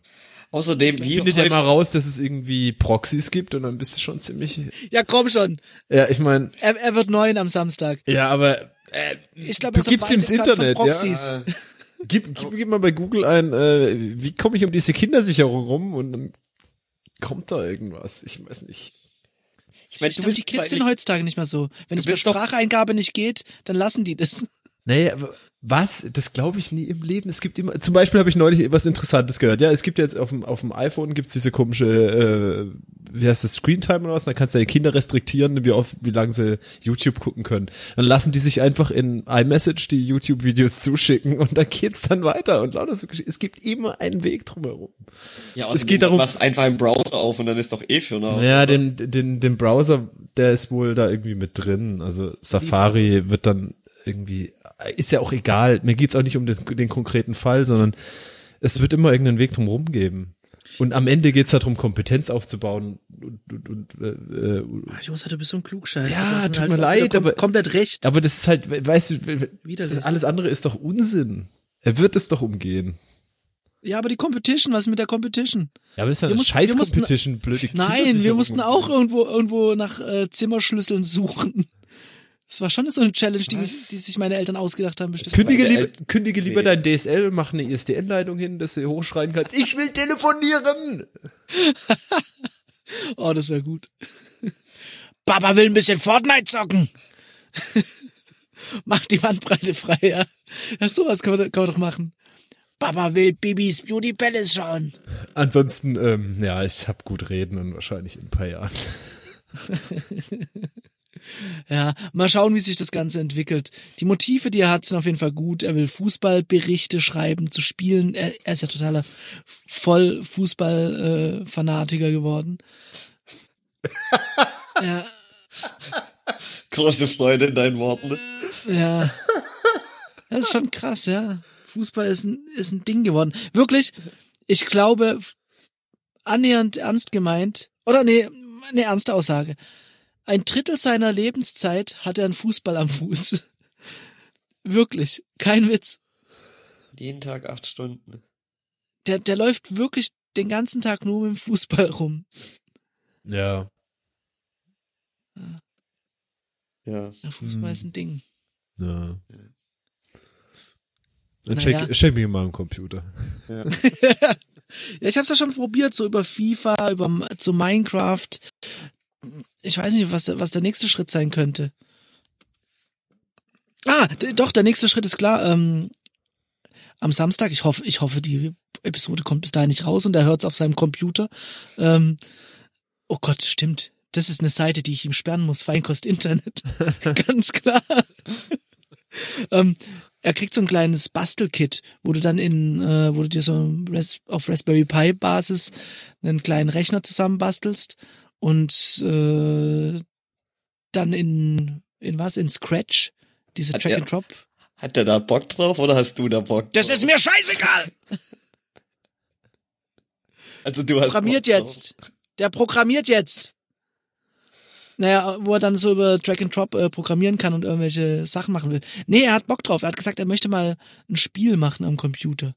Speaker 2: Außerdem, wie
Speaker 3: Findet ja
Speaker 2: häufig,
Speaker 3: mal raus, dass es irgendwie Proxys gibt und dann bist du schon ziemlich...
Speaker 1: Ja, komm schon.
Speaker 3: Ja, ich meine...
Speaker 1: Er, er wird neun am Samstag.
Speaker 3: Ja, aber äh,
Speaker 1: Ich glaube,
Speaker 3: Du gibst ihm das Internet, ja. Äh, Gib, gib, gib mal bei Google ein, äh, wie komme ich um diese Kindersicherung rum und dann kommt da irgendwas. Ich weiß nicht.
Speaker 2: ich meine,
Speaker 1: Ich
Speaker 2: du
Speaker 1: glaube,
Speaker 2: bist
Speaker 1: die Kids sind
Speaker 2: zeitlich-
Speaker 1: heutzutage nicht mehr so. Wenn es mit
Speaker 2: bist doch-
Speaker 1: Spracheingabe nicht geht, dann lassen die das.
Speaker 3: Naja, w- was? Das glaube ich nie im Leben. Es gibt immer, zum Beispiel habe ich neulich was Interessantes gehört. Ja, es gibt jetzt auf dem, auf dem iPhone gibt's diese komische, äh, wie heißt das, Screentime oder was? Dann kannst du deine Kinder restriktieren, wie oft, wie lange sie YouTube gucken können. Dann lassen die sich einfach in iMessage die YouTube-Videos zuschicken und dann geht's dann weiter und lauter so Gesch- Es gibt immer einen Weg drumherum.
Speaker 2: ja,
Speaker 3: es
Speaker 2: außerdem,
Speaker 3: geht darum-
Speaker 2: Du machst einfach einen Browser auf und dann ist doch eh für nach.
Speaker 3: Ja, den, den, den Browser, der ist wohl da irgendwie mit drin. Also Safari wird dann irgendwie, ist ja auch egal. Mir geht's auch nicht um den, den konkreten Fall, sondern es wird immer irgendeinen Weg drumherum geben. Und am Ende geht's darum, Kompetenz aufzubauen. Und, und, und, äh, äh,
Speaker 1: Ah, Josa, du bist so ein Klugscheißer.
Speaker 3: Ja,
Speaker 1: Du hast dann halt
Speaker 3: tut mir leid,
Speaker 1: kom
Speaker 3: aber-
Speaker 1: komplett recht.
Speaker 3: aber das ist halt, we- weißt du, we- we-
Speaker 1: Widerlich.
Speaker 3: das alles andere ist doch Unsinn. Er wird es doch umgehen.
Speaker 1: Ja, aber die Competition, was ist mit der Competition?
Speaker 3: Ja, aber das ist ja
Speaker 1: Wir
Speaker 3: eine
Speaker 1: mussten- wir
Speaker 3: scheiß
Speaker 1: mussten-
Speaker 3: Competition, blöde
Speaker 1: Nein, wir
Speaker 3: Kindersicherung.
Speaker 1: mussten auch irgendwo, irgendwo nach äh, Zimmerschlüsseln suchen. Das war schon so eine Challenge, die, mich,
Speaker 2: Was?
Speaker 1: die sich meine Eltern ausgedacht haben. Bestimmt.
Speaker 3: Kündige,
Speaker 2: Weil der
Speaker 3: lieber, kündige lieber
Speaker 2: Nee.
Speaker 3: dein DSL, mach eine E ISDN-Leitung hin, dass du hochschreien kannst, ich will telefonieren!
Speaker 1: Oh, das wäre gut. Papa will ein bisschen Fortnite zocken. Mach die Bandbreite frei, ja. ja sowas kann man, kann man doch machen. Papa will Bibis Beauty Palace schauen.
Speaker 3: Ansonsten, ähm, ja, ich hab gut reden und wahrscheinlich in ein paar Jahren.
Speaker 1: Ja, mal schauen, wie sich das Ganze entwickelt. Die Motive, die er hat, sind auf jeden Fall gut. Er will Fußballberichte schreiben, zu spielen. Er, er ist ja totaler voll Fußball-Fanatiker geworden. ja,
Speaker 2: Große Freude in deinen Worten.
Speaker 1: ja. Das ist schon krass, ja. Fußball ist ein, ist ein Ding geworden. Wirklich, ich glaube, annähernd ernst gemeint, oder nee, eine ernste Aussage. Ein Drittel seiner Lebenszeit hat er einen Fußball am Fuß. Wirklich, kein Witz.
Speaker 2: Jeden Tag acht Stunden.
Speaker 1: Der, der läuft wirklich den ganzen Tag nur mit dem Fußball rum.
Speaker 3: Ja.
Speaker 2: Ja.
Speaker 1: Ja, Fußball
Speaker 3: Hm.
Speaker 1: ist ein Ding.
Speaker 3: ja. Dann
Speaker 1: Na
Speaker 3: check,
Speaker 1: ja.
Speaker 3: check mich mal am Computer.
Speaker 2: ja.
Speaker 1: Ja, ich hab's ja schon probiert, so über FIFA, über M- zu Minecraft. Ich weiß nicht, was, der- was der nächste Schritt sein könnte. Ah, d- doch, der nächste Schritt ist klar. Ähm, am Samstag, ich hoffe, ich hoffe, die Episode kommt bis dahin nicht raus und er hört's auf seinem Computer. Ähm, oh Gott, stimmt. Das ist eine Seite, die ich ihm sperren muss. Feinkost Internet. Ganz klar. ähm, er kriegt so ein kleines Bastelkit, wo du dann in, äh, wo du dir so Ras auf Raspberry Pi Basis einen kleinen Rechner zusammenbastelst und äh, dann in in was in Scratch diese
Speaker 2: Hat
Speaker 1: Track
Speaker 2: er-
Speaker 1: and Drop.
Speaker 2: Hat der da Bock drauf oder hast du da Bock?
Speaker 1: Das
Speaker 2: drauf?
Speaker 1: ist mir scheißegal.
Speaker 2: Also du hast
Speaker 1: programmiert
Speaker 2: Bock drauf.
Speaker 1: jetzt. Der programmiert jetzt. Naja, wo er dann so über Drag and Drop äh, programmieren kann und irgendwelche Sachen machen will. Nee, er hat Bock drauf. Er hat gesagt, er möchte mal ein Spiel machen am Computer.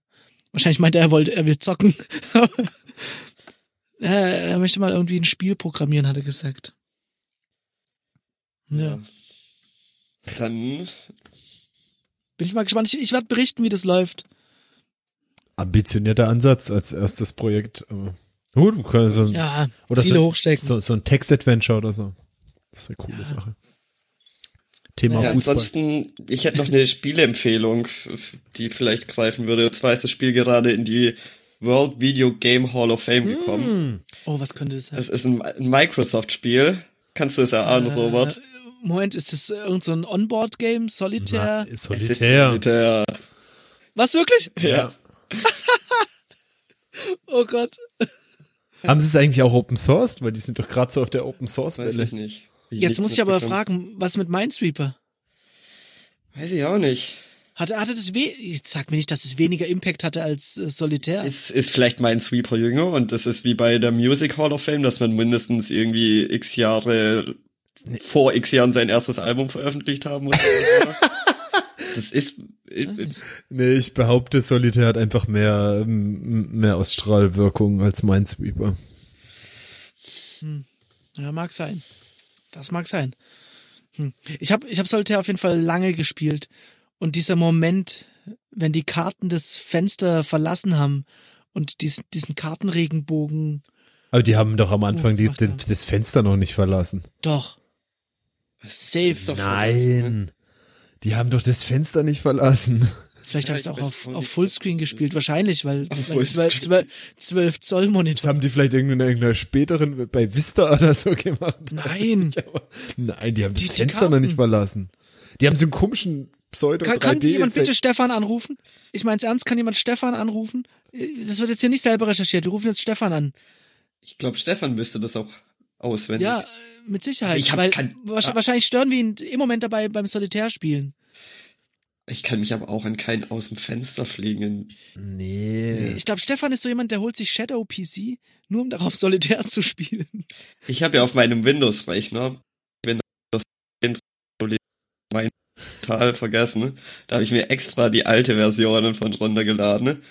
Speaker 1: Wahrscheinlich meinte er, er wollte, er will zocken. Ja, er möchte mal irgendwie ein Spiel programmieren, hat er gesagt. Ja.
Speaker 2: Dann
Speaker 1: Bin ich mal gespannt. Ich, ich werde berichten, wie das läuft.
Speaker 3: Ambitionierter Ansatz als erstes Projekt. aber- Gut, du kannst so ein,
Speaker 1: Ja,
Speaker 3: Hm. Oder
Speaker 1: Ziele
Speaker 3: so-
Speaker 1: hochstecken.
Speaker 3: so, so ein Text-Adventure oder so. Das ist eine coole
Speaker 1: Ja.
Speaker 3: Sache. Thema
Speaker 1: Ja,
Speaker 2: Ja,
Speaker 3: Fußball.
Speaker 2: ansonsten, ich hätte noch eine Spieleempfehlung, f- f- die vielleicht greifen würde. Und zwar ist das Spiel gerade in die World Video Game Hall of Fame gekommen.
Speaker 1: Oh, was könnte das sein?
Speaker 2: Es ist ein, ein Microsoft-Spiel. Kannst du es erahnen, Robert?
Speaker 1: Äh, Moment, ist das irgend so ein Onboard-Game? Solitaire?
Speaker 3: Also- Na,
Speaker 2: Es ist
Speaker 3: solitär.
Speaker 2: Solitär.
Speaker 1: was, wirklich?
Speaker 2: Ja.
Speaker 1: Oh Gott.
Speaker 3: Haben sie es eigentlich auch Open Source? Weil die sind doch gerade so auf der Open
Speaker 2: Weiß
Speaker 3: Source-Welle.
Speaker 2: ich nicht.
Speaker 1: Jetzt
Speaker 2: Nichts
Speaker 1: muss ich aber
Speaker 2: mitbekommen.
Speaker 1: fragen, was mit Minesweeper?
Speaker 2: Weiß ich auch nicht.
Speaker 1: Hatte, hatte das weh? Jetzt sag mir nicht, dass es weniger Impact hatte als äh, Solitaire.
Speaker 2: Es ist vielleicht mein Sweeper Jünger und das ist wie bei der Music Hall of Fame, dass man mindestens irgendwie x Jahre vor x Jahren sein erstes Album veröffentlicht haben muss. das ist äh,
Speaker 3: Nee, ich behaupte, Solitär hat einfach mehr, m- mehr Ausstrahlwirkung als Minesweeper.
Speaker 1: Ja, mag sein. Das mag sein. Hm. Ich habe ich hab Solitaire auf jeden Fall lange gespielt. Und dieser Moment, wenn die Karten das Fenster verlassen haben und dies, diesen Kartenregenbogen,
Speaker 3: Aber die haben doch am Anfang die,
Speaker 1: gemacht
Speaker 3: den,
Speaker 1: haben.
Speaker 3: das Fenster noch nicht verlassen.
Speaker 1: doch.
Speaker 2: ist
Speaker 1: Safe.
Speaker 2: doch verlassen,
Speaker 3: Die haben doch das Fenster nicht verlassen.
Speaker 1: Vielleicht habe ich es auch
Speaker 2: Ja, ich
Speaker 1: auf,
Speaker 2: weiß
Speaker 1: auf Fullscreen gespielt. Wahrscheinlich, weil
Speaker 2: Auf
Speaker 1: weil
Speaker 2: Fullscreen.
Speaker 1: 12, 12, 12 Zoll
Speaker 3: Das
Speaker 1: Monitor.
Speaker 3: haben die vielleicht irgendwie in irgendeiner späteren, bei Vista oder so gemacht.
Speaker 1: Nein.
Speaker 3: Weiß ich aber. Nein, die haben das
Speaker 1: Die- die
Speaker 3: Fenster noch nicht
Speaker 1: Karten.
Speaker 3: verlassen. Die haben so einen komischen pseudo
Speaker 1: Kann, kann
Speaker 3: 3D
Speaker 1: jemand bitte
Speaker 3: Effekt.
Speaker 1: Stefan anrufen? Ich meine es ernst, kann jemand Stefan anrufen? Äh, Das wird jetzt hier nicht selber recherchiert. Wir rufen jetzt Stefan an.
Speaker 2: Ich glaube, Stefan wüsste das auch auswendig.
Speaker 1: Ja, äh, mit Sicherheit.
Speaker 2: Ich hab
Speaker 1: weil
Speaker 2: kein-
Speaker 1: wahrsch-
Speaker 2: Ah.
Speaker 1: wahrscheinlich stören wir ihn im Moment dabei beim Solitärspielen.
Speaker 2: Ich kann mich aber auch an keinen aus dem Fenster fliegen.
Speaker 3: Nee.
Speaker 1: Ich glaube, Stefan ist so jemand, der holt sich Shadow PC, nur um darauf Solitär zu spielen.
Speaker 2: Ich habe ja auf meinem Windows-Rechner Windows 10 mein total vergessen. Da habe ich mir extra die alte Version von runtergeladen,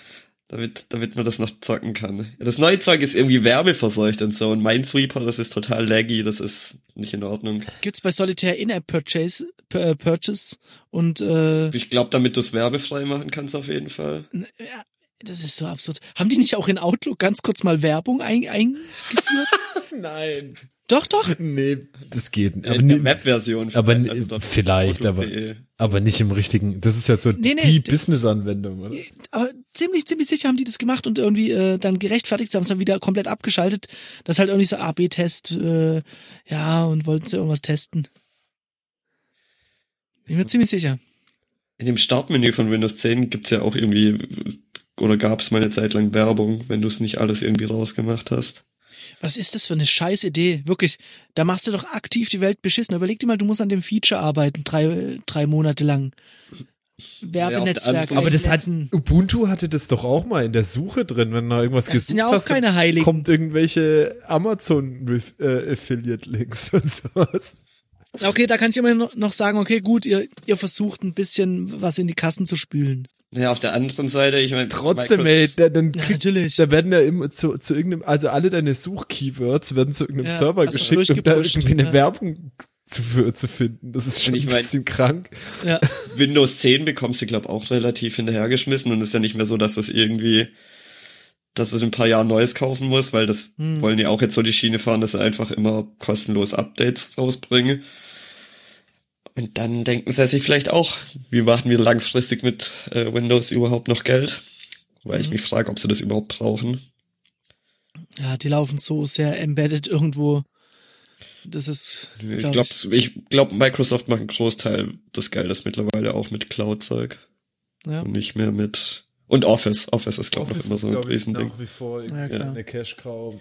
Speaker 2: damit, damit man das noch zocken kann. Das neue Zeug ist irgendwie werbeverseucht und so. Und Minesweeper, das ist total laggy, das ist nicht in Ordnung.
Speaker 1: Gibt's bei Solitär In-App Purchase, P- äh, Purchase und äh,
Speaker 2: Ich glaube, damit du es werbefrei machen kannst auf jeden Fall.
Speaker 1: n- ja, das ist so absurd. Haben die nicht auch in Outlook ganz kurz mal Werbung ein, eingeführt?
Speaker 3: Nein.
Speaker 1: doch, doch.
Speaker 3: Nee, das geht nicht.
Speaker 2: Äh,
Speaker 3: Aber,
Speaker 2: in der
Speaker 3: nee,
Speaker 2: Webversion.
Speaker 3: aber
Speaker 2: vielleicht,
Speaker 3: n-
Speaker 2: also da-
Speaker 3: vielleicht, aber,
Speaker 2: outlook.de.
Speaker 3: aber nicht im richtigen. Das ist ja so
Speaker 1: Nee, nee,
Speaker 3: die
Speaker 1: d-
Speaker 3: Business-Anwendung, oder?
Speaker 1: Aber ziemlich, ziemlich sicher haben die das gemacht und irgendwie äh, dann gerechtfertigt. Sie haben es dann wieder komplett abgeschaltet. Das ist halt irgendwie so AB-Test, äh, ja, und wollten sie irgendwas testen. Bin mir ziemlich sicher.
Speaker 2: In dem Startmenü von Windows 10 gibt's ja auch irgendwie, oder gab's mal eine Zeit lang Werbung, wenn du es nicht alles irgendwie rausgemacht hast.
Speaker 1: Was ist das für eine scheiß Idee? Wirklich, da machst du doch aktiv die Welt beschissen. Überleg dir mal, du musst an dem Feature arbeiten, drei, drei Monate lang.
Speaker 2: Ja, auf
Speaker 1: Werbenetzwerk.
Speaker 2: der anderen-
Speaker 3: Aber das hat,
Speaker 1: Netten.
Speaker 3: Ubuntu hatte das doch auch mal in der Suche drin, wenn du da irgendwas
Speaker 1: Das
Speaker 3: gesucht
Speaker 1: sind ja auch
Speaker 3: hast, dann
Speaker 1: keine Heiligen.
Speaker 3: kommt irgendwelche Amazon-Affiliate-Links und sowas.
Speaker 1: Okay, da kann ich immer noch- noch sagen, okay, gut, ihr, ihr versucht ein bisschen was in die Kassen zu spülen.
Speaker 2: Naja, auf der anderen Seite, ich meine,
Speaker 3: Trotzdem, ey,
Speaker 2: Microsoft-
Speaker 3: da, dann
Speaker 1: Ja,
Speaker 3: kriegt,
Speaker 1: natürlich.
Speaker 3: da werden ja immer zu, zu irgendeinem, also alle deine Such-Keywords werden zu irgendeinem
Speaker 1: Ja,
Speaker 3: Server
Speaker 1: erst mal
Speaker 3: geschickt, um da
Speaker 1: durchgepusht,
Speaker 3: irgendwie eine
Speaker 1: ja.
Speaker 3: Werbung zu, für, zu finden. Das ist schon
Speaker 2: Und ich
Speaker 3: ein
Speaker 2: mein-
Speaker 3: bisschen krank.
Speaker 1: Ja.
Speaker 2: Windows 10 bekommst du, glaube auch relativ hinterhergeschmissen und ist ja nicht mehr so, dass das irgendwie, dass es in ein paar Jahren Neues kaufen muss, weil das
Speaker 1: Hm.
Speaker 2: wollen die auch jetzt so die Schiene fahren, dass sie einfach immer kostenlos Updates rausbringen. Und dann denken sie sich vielleicht auch, wie machen wir langfristig mit äh, Windows überhaupt noch Geld? Weil ich
Speaker 1: Mhm.
Speaker 2: mich frage, ob sie das überhaupt brauchen.
Speaker 1: Ja, die laufen so sehr embedded irgendwo. Das ist,
Speaker 2: Ich
Speaker 1: glaub
Speaker 2: glaube, ich glaub, Microsoft macht einen Großteil des Geldes mittlerweile auch mit Cloud-Zeug
Speaker 1: Ja.
Speaker 2: und nicht mehr mit und Office. Office ist glaube ich genau. noch immer so ein Riesending.
Speaker 3: wie vor
Speaker 1: Ja, klar.
Speaker 3: eine Cash-Cow.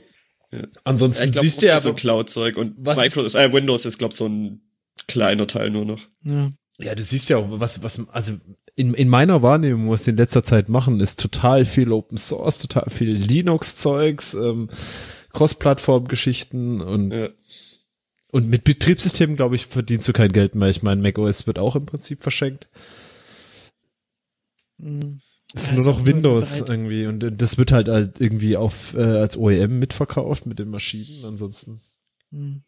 Speaker 2: Ja.
Speaker 3: Ansonsten
Speaker 2: Ja, ich glaube,
Speaker 3: siehst du ja
Speaker 2: Office
Speaker 3: aber,
Speaker 2: so Cloud-Zeug und
Speaker 3: Was ist-
Speaker 2: Microsoft, äh, Windows ist glaube so ein kleiner Teil nur noch.
Speaker 1: Ja.
Speaker 3: Ja, du siehst ja auch, was, was, also in, in meiner Wahrnehmung, was die in letzter Zeit machen, ist total viel Open Source, total viel Linux-Zeugs, ähm, Cross-Plattform-Geschichten und,
Speaker 2: Ja.
Speaker 3: und mit Betriebssystemen, glaube ich, verdienst du kein Geld mehr. Ich meine, macOS wird auch im Prinzip verschenkt.
Speaker 1: Hm.
Speaker 3: Es
Speaker 1: Ja,
Speaker 3: ist nur
Speaker 1: auch
Speaker 3: noch
Speaker 1: immer
Speaker 3: Windows
Speaker 1: bereit.
Speaker 3: irgendwie und äh, das wird halt, halt irgendwie auf äh, als OEM mitverkauft mit den Maschinen. Ansonsten
Speaker 1: Hm.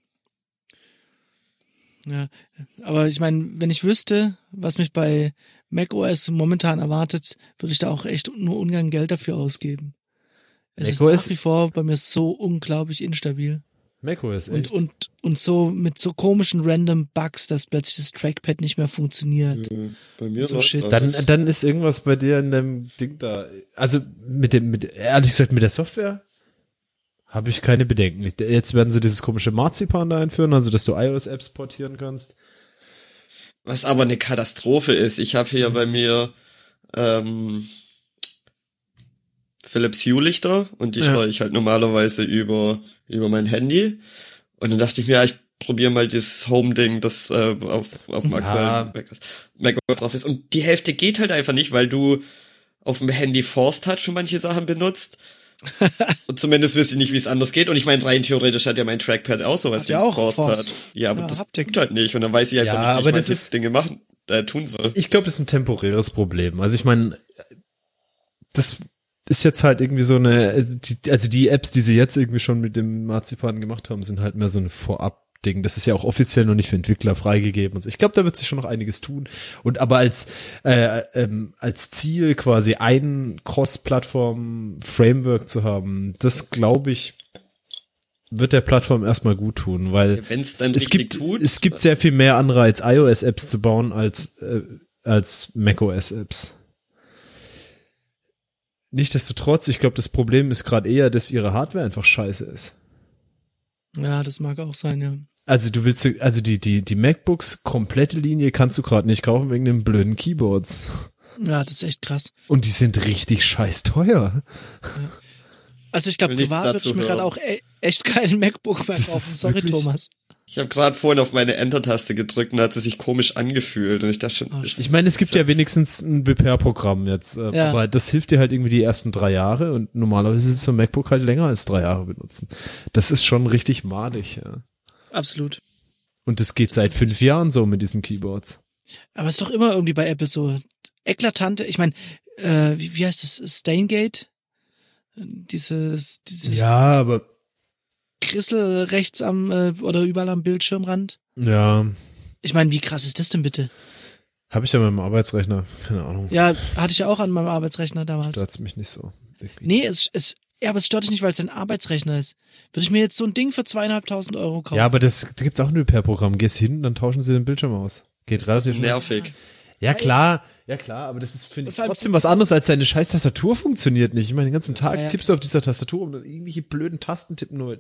Speaker 1: Ja, aber ich meine, wenn ich wüsste, was mich bei macOS momentan erwartet, würde ich da auch echt nur ungern Geld dafür ausgeben. Es
Speaker 3: macOS?
Speaker 1: ist nach wie vor bei mir so unglaublich instabil.
Speaker 3: macOS
Speaker 1: Und, und, und so mit so komischen random Bugs, dass plötzlich das Trackpad nicht mehr funktioniert.
Speaker 2: Äh, Bei mir
Speaker 1: So
Speaker 2: läuft
Speaker 1: shit.
Speaker 2: das.
Speaker 3: dann, dann ist irgendwas bei dir in dem Ding da. Also mit dem, mit ehrlich gesagt mit der Software habe ich keine Bedenken. Ich- Jetzt werden sie dieses komische Marzipan da einführen, also dass du iOS-Apps portieren kannst.
Speaker 2: Was aber eine Katastrophe ist. Ich habe hier bei mir ähm, Philips Hue-Lichter und die
Speaker 3: Ja.
Speaker 2: steuere ich halt normalerweise über, über mein Handy. Und dann dachte ich mir, ja, ich probiere mal dieses Home-Ding, das äh, auf, auf dem aktuellen Mac, OS- Mac OS drauf ist. Und die Hälfte geht halt einfach nicht, weil du auf dem Handy Force Touch schon manche Sachen benutzt. und zumindest wüsste ich nicht, wie es anders geht. Und ich meine, rein theoretisch hat ja mein Trackpad auch sowas
Speaker 1: Hat
Speaker 2: wie
Speaker 1: ja auch
Speaker 2: Force
Speaker 1: Force.
Speaker 2: Touch. Ja, aber
Speaker 1: Ja,
Speaker 2: das
Speaker 1: Haptik.
Speaker 2: tut halt nicht. Und dann weiß ich einfach
Speaker 3: Ja,
Speaker 2: nicht, wie
Speaker 3: aber
Speaker 2: ich
Speaker 3: das
Speaker 2: mein
Speaker 3: ist-
Speaker 2: Dinge machen, äh, tun soll.
Speaker 3: Ich glaube, das ist ein temporäres Problem. Also ich meine, das ist jetzt halt irgendwie so eine, äh, die, also die Apps, die sie jetzt irgendwie schon mit dem Marzipan gemacht haben, sind halt mehr so ein Vorab. Ding. Das ist ja auch offiziell noch nicht für Entwickler freigegeben. Und so. ich glaube, da wird sich schon noch einiges tun. Und aber als äh, ähm, als Ziel quasi ein Cross-Plattform-Framework zu haben, das glaube ich wird der Plattform erstmal gut tun, weil
Speaker 2: Wenn es dann
Speaker 3: es
Speaker 2: richtig
Speaker 3: gibt,
Speaker 2: tut. äh,
Speaker 3: es gibt sehr viel mehr Anreiz, iOS-Apps zu bauen als, äh, als macOS-Apps. Nichtsdestotrotz, ich glaube, das Problem ist gerade eher, dass ihre Hardware einfach scheiße ist.
Speaker 1: Ja, das mag auch sein, ja.
Speaker 3: Also du willst, also die, die, die MacBooks komplette Linie kannst du gerade nicht kaufen wegen den blöden Keyboards.
Speaker 1: Ja, das ist echt krass.
Speaker 3: Und die sind richtig scheiß teuer.
Speaker 1: Also ich glaube,
Speaker 2: Will nichts
Speaker 1: privat würde ich
Speaker 2: dazu
Speaker 1: mir gerade
Speaker 2: hören.
Speaker 1: auch e echt keinen MacBook mehr
Speaker 3: Das
Speaker 1: kaufen.
Speaker 3: ist
Speaker 1: Sorry,
Speaker 3: wirklich-
Speaker 1: Thomas.
Speaker 2: ich habe gerade vorhin auf meine Enter-Taste gedrückt und hat sie sich komisch angefühlt. Und ich dachte schon,
Speaker 1: Oh,
Speaker 2: ist-
Speaker 3: Ich meine, es gibt ja
Speaker 2: Satz.
Speaker 3: wenigstens ein Repair-Programm jetzt, äh,
Speaker 1: Ja.
Speaker 3: aber das hilft dir halt irgendwie die ersten drei Jahre und normalerweise ist so ein MacBook halt länger als drei Jahre benutzen. Das ist schon richtig madig, ja.
Speaker 1: Absolut.
Speaker 3: Und das geht seit fünf Jahren so mit diesen Keyboards.
Speaker 1: Aber es ist doch immer irgendwie bei Apple so eklatante, ich meine, äh, wie, wie heißt das? Stain-Gate? Dieses, dieses
Speaker 3: aber.
Speaker 1: Krissel rechts am äh, oder überall am Bildschirmrand.
Speaker 3: Ja.
Speaker 1: Ich meine, wie krass ist das denn bitte?
Speaker 3: Habe ich ja mit meinem Arbeitsrechner. Keine Ahnung.
Speaker 1: Ja, hatte ich ja auch an meinem Arbeitsrechner damals.
Speaker 3: Stört's mich nicht so. Irgendwie.
Speaker 1: Nee, es, es, ja, aber es stört dich nicht, weil es ein Arbeitsrechner ist. Würde ich mir jetzt so ein Ding für zweieinhalbtausend Euro kaufen?
Speaker 3: Ja, aber das, da gibt's auch ein Repair-Programm. Gehst hin, dann tauschen sie den Bildschirm aus. Geht relativ schnell.
Speaker 2: nervig.
Speaker 3: Ja, klar. Ja, klar, aber das ist, finde ich,
Speaker 1: Vor allem-
Speaker 3: trotzdem was anderes als deine scheiß Tastatur funktioniert nicht. Ich meine, den ganzen Tag
Speaker 1: Ja, ja.
Speaker 3: tippst du auf dieser Tastatur und dann irgendwelche blöden Tasten tippen nur.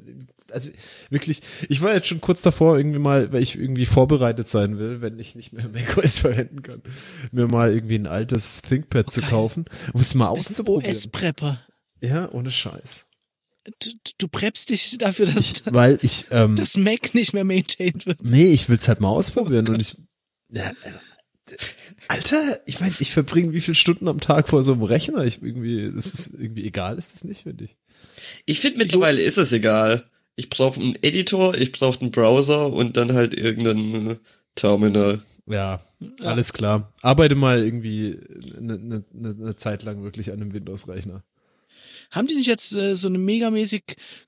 Speaker 3: Also wirklich, ich war jetzt schon kurz davor, irgendwie mal, weil ich irgendwie vorbereitet sein will, wenn ich nicht mehr macOS verwenden kann, mir mal irgendwie ein altes ThinkPad
Speaker 1: Oh,
Speaker 3: zu
Speaker 1: geil.
Speaker 3: kaufen, um es mal
Speaker 1: Du bist ein
Speaker 3: auszuprobieren.
Speaker 1: OS-Prepper.
Speaker 3: Ja, ohne Scheiß.
Speaker 1: Du, du preppst dich dafür, dass
Speaker 3: Weil ich, ähm,
Speaker 1: das Mac nicht mehr maintained wird.
Speaker 3: Nee, ich will's halt mal ausprobieren und ich. Ja, äh, Alter, ich meine, ich verbringe wie viele Stunden am Tag vor so einem Rechner? Ich irgendwie, das ist irgendwie egal, ist es nicht für dich.
Speaker 2: Ich finde, mittlerweile ist es egal. Ich brauche einen Editor, ich brauche einen Browser und dann halt irgendeinen Terminal.
Speaker 3: Ja, alles klar. Arbeite mal irgendwie eine ne, ne, ne Zeit lang wirklich an einem Windows-Rechner.
Speaker 1: Haben die nicht jetzt äh, so eine megamäßig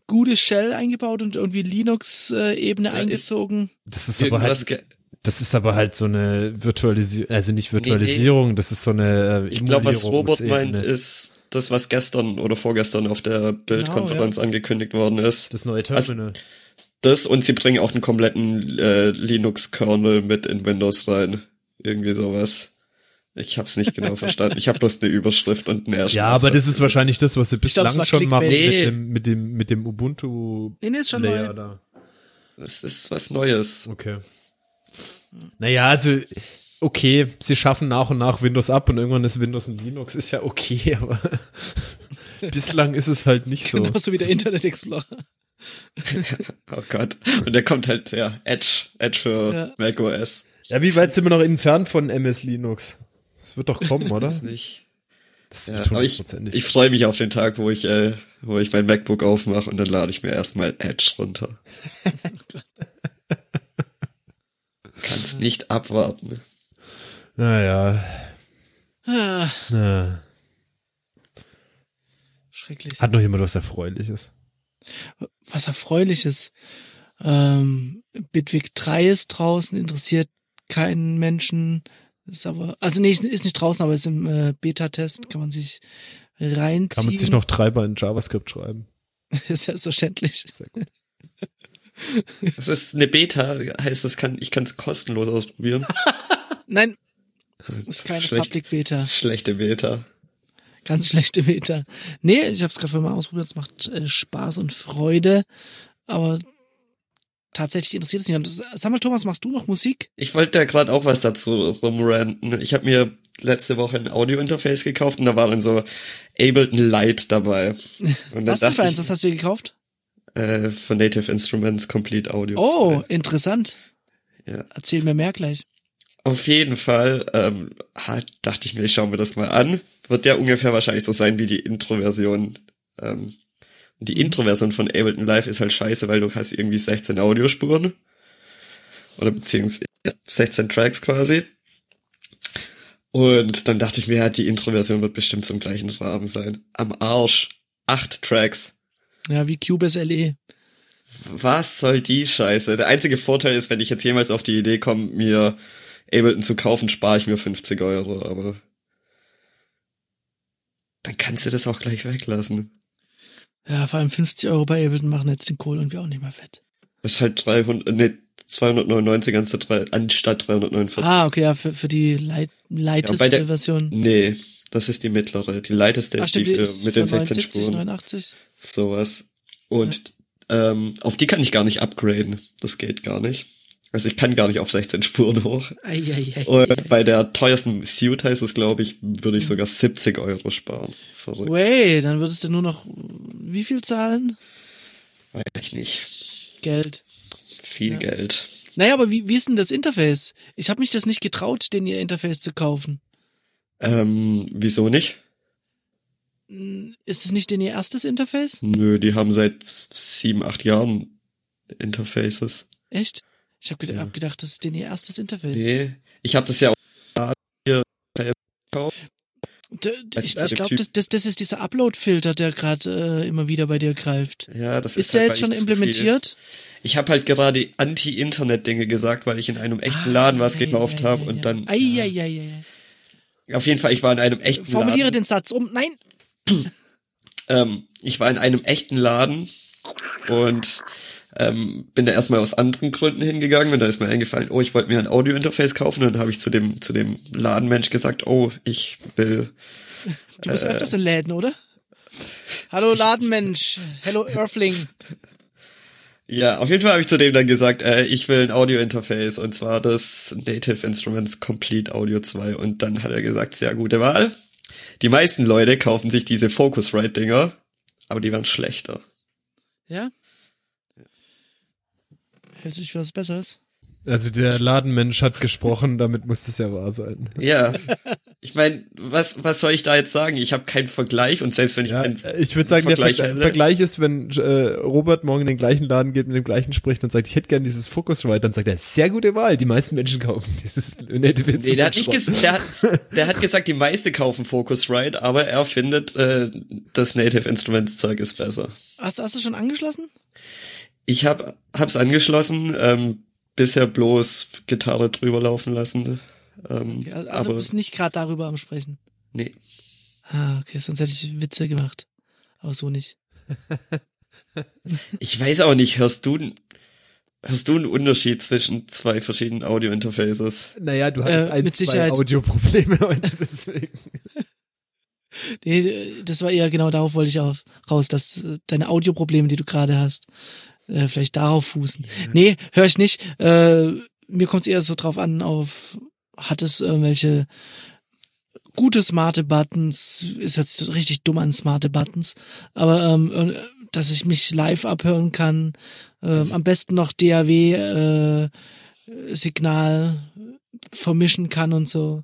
Speaker 1: gute Shell eingebaut und irgendwie Linux-Ebene
Speaker 2: Da ist-
Speaker 1: eingezogen?
Speaker 3: Das ist aber
Speaker 2: Irgendwas
Speaker 3: halt,
Speaker 2: ge-
Speaker 3: das ist aber halt so eine Virtualisierung, also nicht Virtualisierung, das ist so eine. äh,
Speaker 2: ich glaube, was Robert
Speaker 3: Emulierungsebene.
Speaker 2: meint, ist das, was gestern oder vorgestern auf
Speaker 3: Genau,
Speaker 2: der Bildkonferenz angekündigt worden ist.
Speaker 3: Das neue Terminal.
Speaker 2: das und sie bringen auch einen kompletten äh, Linux-Kernel mit in Windows rein. Irgendwie sowas. Ich hab's nicht genau verstanden. Ich habe bloß eine Überschrift und einen ersten
Speaker 3: ja, aber das
Speaker 2: Absatz.
Speaker 3: ist wahrscheinlich das, was sie
Speaker 1: glaub, es
Speaker 3: bislang
Speaker 1: war
Speaker 3: schon machen
Speaker 1: Clickbait.
Speaker 2: Nee.
Speaker 3: mit dem, mit dem, mit dem Ubuntu
Speaker 1: Nee, nee, ist schon
Speaker 3: Layer
Speaker 1: neu.
Speaker 3: da.
Speaker 2: Das ist was Neues.
Speaker 3: Okay. Naja, also, okay, sie schaffen nach und nach Windows ab und irgendwann ist Windows und Linux, ist ja okay, aber bislang ist es halt nicht so.
Speaker 1: Genauso wie der Internet Explorer.
Speaker 2: Oh Gott. Und der kommt halt, ja, Edge. Edge für
Speaker 1: Ja.
Speaker 2: macOS.
Speaker 3: Ja, wie weit sind wir noch entfernt von MS Linux? Das wird doch kommen, oder?
Speaker 2: Nicht.
Speaker 3: Das
Speaker 2: Ja,
Speaker 3: wird
Speaker 2: aber ich,
Speaker 3: hundertprozentig.
Speaker 2: ich freue mich auf den Tag, wo ich, äh, wo ich mein MacBook aufmache und dann lade ich mir erstmal Edge runter. Kannst nicht abwarten.
Speaker 3: Naja.
Speaker 1: Ah,
Speaker 4: Na,
Speaker 1: schrecklich.
Speaker 4: hat noch jemand was Erfreuliches?
Speaker 1: was Erfreuliches. Ähm, Bitwig 3 ist draußen, interessiert keinen Menschen. Ist aber, also nee, ist ist nicht draußen, aber ist im äh, Beta-Test, kann man sich reinziehen.
Speaker 4: Kann man sich noch Treiber in JavaScript schreiben?
Speaker 1: Selbstverständlich.
Speaker 4: Sehr gut.
Speaker 2: Das ist eine Beta, heißt das kann ich kann es kostenlos ausprobieren.
Speaker 1: Nein,
Speaker 2: Das
Speaker 1: ist keine
Speaker 2: schlecht,
Speaker 1: Public Beta.
Speaker 2: schlechte Beta.
Speaker 1: Ganz schlechte Beta. Nee, ich habe es gerade mal ausprobiert, es macht äh, Spaß und Freude, aber tatsächlich interessiert es niemand. Sag mal, Thomas, machst du noch Musik?
Speaker 2: Ich wollte da gerade auch was dazu rumranten. Ich habe mir letzte Woche ein Audio-Interface gekauft und da war dann so Ableton Light dabei. Und dann
Speaker 1: Was denn für
Speaker 2: dachte
Speaker 1: eins? Was hast du dir gekauft?
Speaker 2: ich, äh, von Native Instruments Complete Audio.
Speaker 1: Oh,
Speaker 2: 2.
Speaker 1: interessant.
Speaker 2: Ja.
Speaker 1: Erzähl mir mehr gleich.
Speaker 2: Auf jeden Fall ähm, ah, dachte ich mir, ich schaue mir das mal an. Wird ja ungefähr wahrscheinlich so sein wie die Intro-Version. Ähm, und die Intro-Version von Ableton Live ist halt scheiße, weil du hast irgendwie 16 Audiospuren. Oder beziehungsweise ja, 16 Tracks quasi. Und dann dachte ich mir, ja, die Intro-Version wird bestimmt zum gleichen Rahmen sein. Am Arsch. Acht Tracks.
Speaker 1: Ja, wie Cubase E. LE.
Speaker 2: Was soll die Scheiße? Der einzige Vorteil ist, wenn ich jetzt jemals auf die Idee komme, mir Ableton zu kaufen, spare ich mir 50 Euro, aber dann kannst du das auch gleich weglassen.
Speaker 1: Ja, vor allem 50 Euro bei Ableton machen jetzt den Kohl und wir auch nicht mehr fett.
Speaker 2: Das ist halt 300, nee, 299 anstatt drei- anstatt 349.
Speaker 1: Ah, okay, ja, für, für die light, lighteste
Speaker 2: bei der-
Speaker 1: Version.
Speaker 2: Nee, das ist die mittlere. Die leiteste
Speaker 1: Ach,
Speaker 2: ist die
Speaker 1: stimmt, die
Speaker 2: für,
Speaker 1: ist
Speaker 2: mit den
Speaker 1: für
Speaker 2: 16
Speaker 1: 79,
Speaker 2: Spuren.
Speaker 1: 89.
Speaker 2: Sowas. Und ähm, auf die kann ich gar nicht upgraden. Das geht gar nicht. Also ich kann gar nicht auf 16 Spuren hoch.
Speaker 1: Ei, ei, ei,
Speaker 2: Und bei der teuersten Suit heißt es, glaube ich, würde ich sogar 70 Euro sparen. Verrückt.
Speaker 1: Wait, dann würdest du nur noch wie viel zahlen?
Speaker 2: Weiß ich nicht.
Speaker 1: Geld.
Speaker 2: Viel
Speaker 1: Ja.
Speaker 2: Geld.
Speaker 1: Naja, aber wie, wie ist denn das Interface? Ich habe mich das nicht getraut, den ihr Interface zu kaufen.
Speaker 2: Ähm, wieso nicht?
Speaker 1: Hm, Ist es nicht denn ihr erstes Interface?
Speaker 2: Nö, die haben seit s- sieben, acht Jahren Interfaces.
Speaker 1: Echt? Ich habe
Speaker 2: Ja.
Speaker 1: hab gedacht, das ist denn ihr erstes Interface.
Speaker 2: Nee. Ich habe das ja auch
Speaker 1: D- d-
Speaker 2: Weiß
Speaker 1: Ich,
Speaker 2: ich,
Speaker 1: ich
Speaker 2: der
Speaker 1: glaube,
Speaker 2: Typ-
Speaker 1: das, das, das ist dieser Upload-Filter, der gerade äh, immer wieder bei dir greift.
Speaker 2: Ja, das ist,
Speaker 1: Ist der
Speaker 2: halt,
Speaker 1: jetzt
Speaker 2: weil
Speaker 1: schon
Speaker 2: ich zu viel-
Speaker 1: implementiert?
Speaker 2: Ich habe halt gerade Anti-Internet-Dinge gesagt, weil ich in einem
Speaker 1: Ah,
Speaker 2: echten Laden was gekauft habe und dann.
Speaker 1: Eieieiei.
Speaker 2: Auf jeden Fall, ich war in einem echten
Speaker 1: Formuliere
Speaker 2: Laden.
Speaker 1: den Satz um. Nein.
Speaker 2: ähm, ich war in einem echten Laden und ähm, bin da erstmal aus anderen Gründen hingegangen und da ist mir eingefallen, oh, ich wollte mir ein Audio-Interface kaufen und dann habe ich zu dem, zu dem Ladenmensch gesagt, oh, ich will,
Speaker 1: Du
Speaker 2: Äh.
Speaker 1: bist öfters in Läden, oder? Hallo Ladenmensch. Hello Earthling.
Speaker 2: ja, auf jeden Fall habe ich zu dem dann gesagt, äh, ich will ein Audio-Interface und zwar das Native Instruments Complete Audio 2 und dann hat er gesagt, sehr gute Wahl. Die meisten Leute kaufen sich diese Focusrite-Dinger, aber die waren schlechter.
Speaker 1: Ja? Hältst du dich für was Besseres?
Speaker 4: Also der Ladenmensch hat gesprochen, damit muss das ja wahr sein.
Speaker 2: Ja. Ich meine, was, was soll ich da jetzt sagen? Ich habe keinen Vergleich und selbst wenn ich
Speaker 4: Ja,
Speaker 2: einen
Speaker 4: ich würde sagen, der
Speaker 2: Vergleich
Speaker 4: Vergleich,
Speaker 2: hätte-
Speaker 4: Vergleich ist, wenn äh, Robert morgen in den gleichen Laden geht, mit dem gleichen spricht und sagt, ich hätte gern dieses Focusrite, dann sagt er, sehr gute Wahl, die meisten Menschen kaufen dieses Native
Speaker 2: Nee,
Speaker 4: Instrument
Speaker 2: der hat, nicht
Speaker 4: Schrott.
Speaker 2: ges der, hat, der hat gesagt, die meisten kaufen Focusrite, aber er findet, äh, das Native Instruments Zeug ist besser.
Speaker 1: Hast, hast du schon angeschlossen?
Speaker 2: Ich hab, hab's angeschlossen, ähm, bisher bloß Gitarre drüber laufen lassen. Ähm,
Speaker 1: Ja, Also
Speaker 2: aber
Speaker 1: bist nicht gerade darüber am Sprechen.
Speaker 2: nee.
Speaker 1: Ah, okay, sonst hätte ich Witze gemacht. Aber so nicht.
Speaker 2: Ich weiß auch nicht, hörst du, hörst du einen Unterschied zwischen zwei verschiedenen Audio-Interfaces?
Speaker 4: Naja, du hattest
Speaker 1: Äh,
Speaker 4: ein,
Speaker 1: mit
Speaker 4: zwei
Speaker 1: Sicherheit.
Speaker 4: Audioprobleme heute, deswegen.
Speaker 1: Nee, das war eher genau darauf wollte ich auch raus, dass äh, deine Audioprobleme, die du gerade hast, äh, vielleicht darauf fußen. Nee, höre ich nicht. Äh, mir kommt es eher so drauf an, auf hat es irgendwelche gute smarte Buttons, ist jetzt richtig dumm an smarte Buttons, aber ähm, äh, dass ich mich live abhören kann, ähm, am besten noch DAW äh, Signal vermischen kann und so.